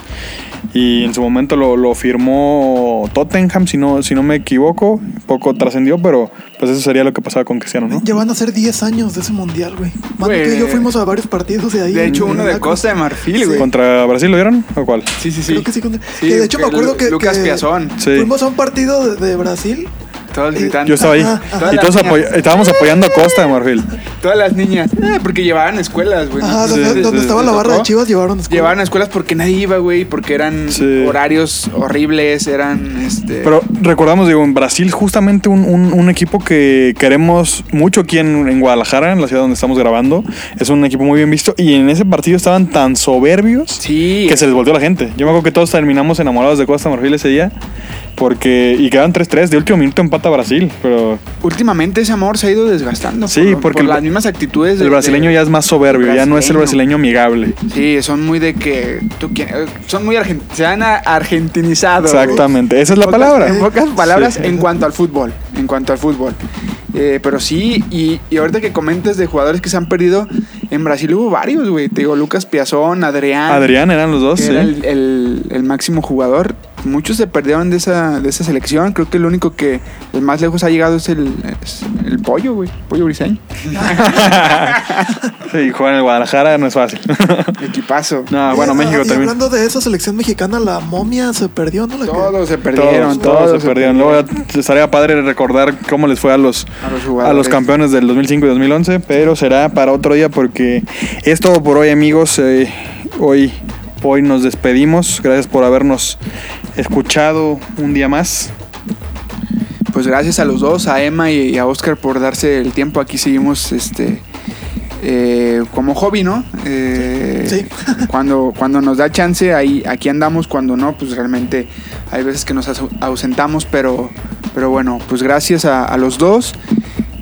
C: Y en su momento lo, lo firmó Tottenham, si no, si no me equivoco. Poco trascendió, pero pues eso sería lo que pasaba con Cristiano, ¿no?
D: Ya van a ser 10 años de ese mundial, güey. Mano,
B: Güey.
D: tú y yo fuimos a varios partidos de ahí.
B: De hecho,
D: en-
B: uno
D: en
B: de
D: la-
B: Costa de Marfil,
D: Sí.
B: güey.
C: ¿Contra Brasil lo vieron? ¿O cuál?
B: Sí, sí, sí.
D: Creo que sí, con- que de hecho me acuerdo
B: Lu-
D: que-
B: Lucas
D: que-
B: Piazón.
C: Sí.
D: Fuimos a un partido de, de Brasil.
B: Todos gritando.
C: Yo estaba ahí.
B: Ah,
D: Ajá, ajá.
C: Y todos apoy- estábamos apoyando a Costa de Marfil.
B: Todas las niñas. Eh, porque llevaban escuelas, güey.
D: Ajá,
B: Entonces,
D: donde,
C: sí, sí,
D: donde Ah, estaba
B: sí,
D: la
B: sí,
D: barra de
B: tocó.
D: Chivas llevaron escuela.
B: Llevaban a escuelas porque nadie iba, güey, porque eran
C: Sí.
B: horarios horribles, eran este
C: Pero recordamos, digo, en Brasil justamente un, un- un equipo que queremos mucho aquí en, en Guadalajara, en la ciudad donde estamos grabando. Es un equipo muy bien visto y en ese partido estaban tan soberbios
B: Sí.
C: que se les volteó la gente. Yo me acuerdo que todos terminamos enamorados de Costa de Marfil ese día porque y quedaban 3-3, de último minuto empata Brasil, pero
B: Últimamente ese amor se ha ido desgastando.
C: Sí,
B: por lo-
C: porque
B: por
C: el-
B: las mismas actitudes. de-
C: el brasileño
B: de-
C: ya es más soberbio, ya no es el
B: brasileño.
C: brasileño amigable.
B: Sí, son muy de que. tú quién- eh, son muy argen- se han a- argentinizado. güey.
C: Exactamente, esa es la
B: En pocas-
C: palabra.
B: En pocas palabras,
C: Sí.
B: en cuanto al fútbol. En cuanto al fútbol. Eh, pero sí, y, y ahorita que comentes de jugadores que se han perdido, en Brasil hubo varios, güey. Te digo, Lucas Piazón, Adrián.
C: Adrián eran los dos,
B: que
C: sí.
B: era el, el- el máximo jugador. Muchos se perdieron de esa, de esa selección. Creo que el único que el más lejos ha llegado es el, es el pollo, güey. Pollo briseño.
C: Sí, jugar en el Guadalajara no es fácil.
B: Equipazo.
C: no, ah, bueno,
D: Y-
C: México
D: y
C: también.
D: Hablando de esa selección mexicana, la momia se perdió, ¿no? La que-
B: Todos se perdieron,
C: todos, todos se perdieron. Luego ya estaría padre recordar cómo les fue a los,
B: A los
C: a
B: jugadores.
C: los campeones del 2005 y 2011, pero será para otro día porque es todo por hoy, amigos. Eh, hoy, hoy nos despedimos. Gracias por habernos escuchado un día más.
B: Pues gracias a los dos, a Emma y, y a Oscar por darse el tiempo. Aquí seguimos este eh, como hobby, ¿no? Eh,
D: Sí.
B: cuando, cuando nos da chance, ahí, aquí andamos. Cuando no, pues realmente hay veces que nos aus- ausentamos, pero, pero bueno, pues gracias a, a los dos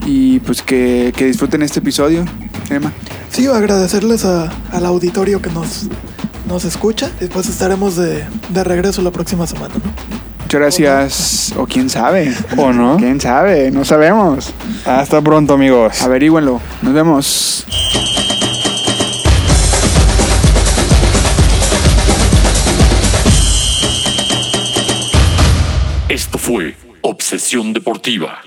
B: y pues que, que disfruten este episodio, Emma.
D: Sí, agradecerles a- al auditorio que nos, nos escucha. Después estaremos de, de regreso la próxima semana, ¿no?
B: Muchas gracias, o quién sabe.
C: ¿O no?
B: ¿Quién sabe? No sabemos.
C: Hasta pronto, amigos.
B: Averígüenlo. Nos vemos.
A: Esto fue Obsesión Deportiva.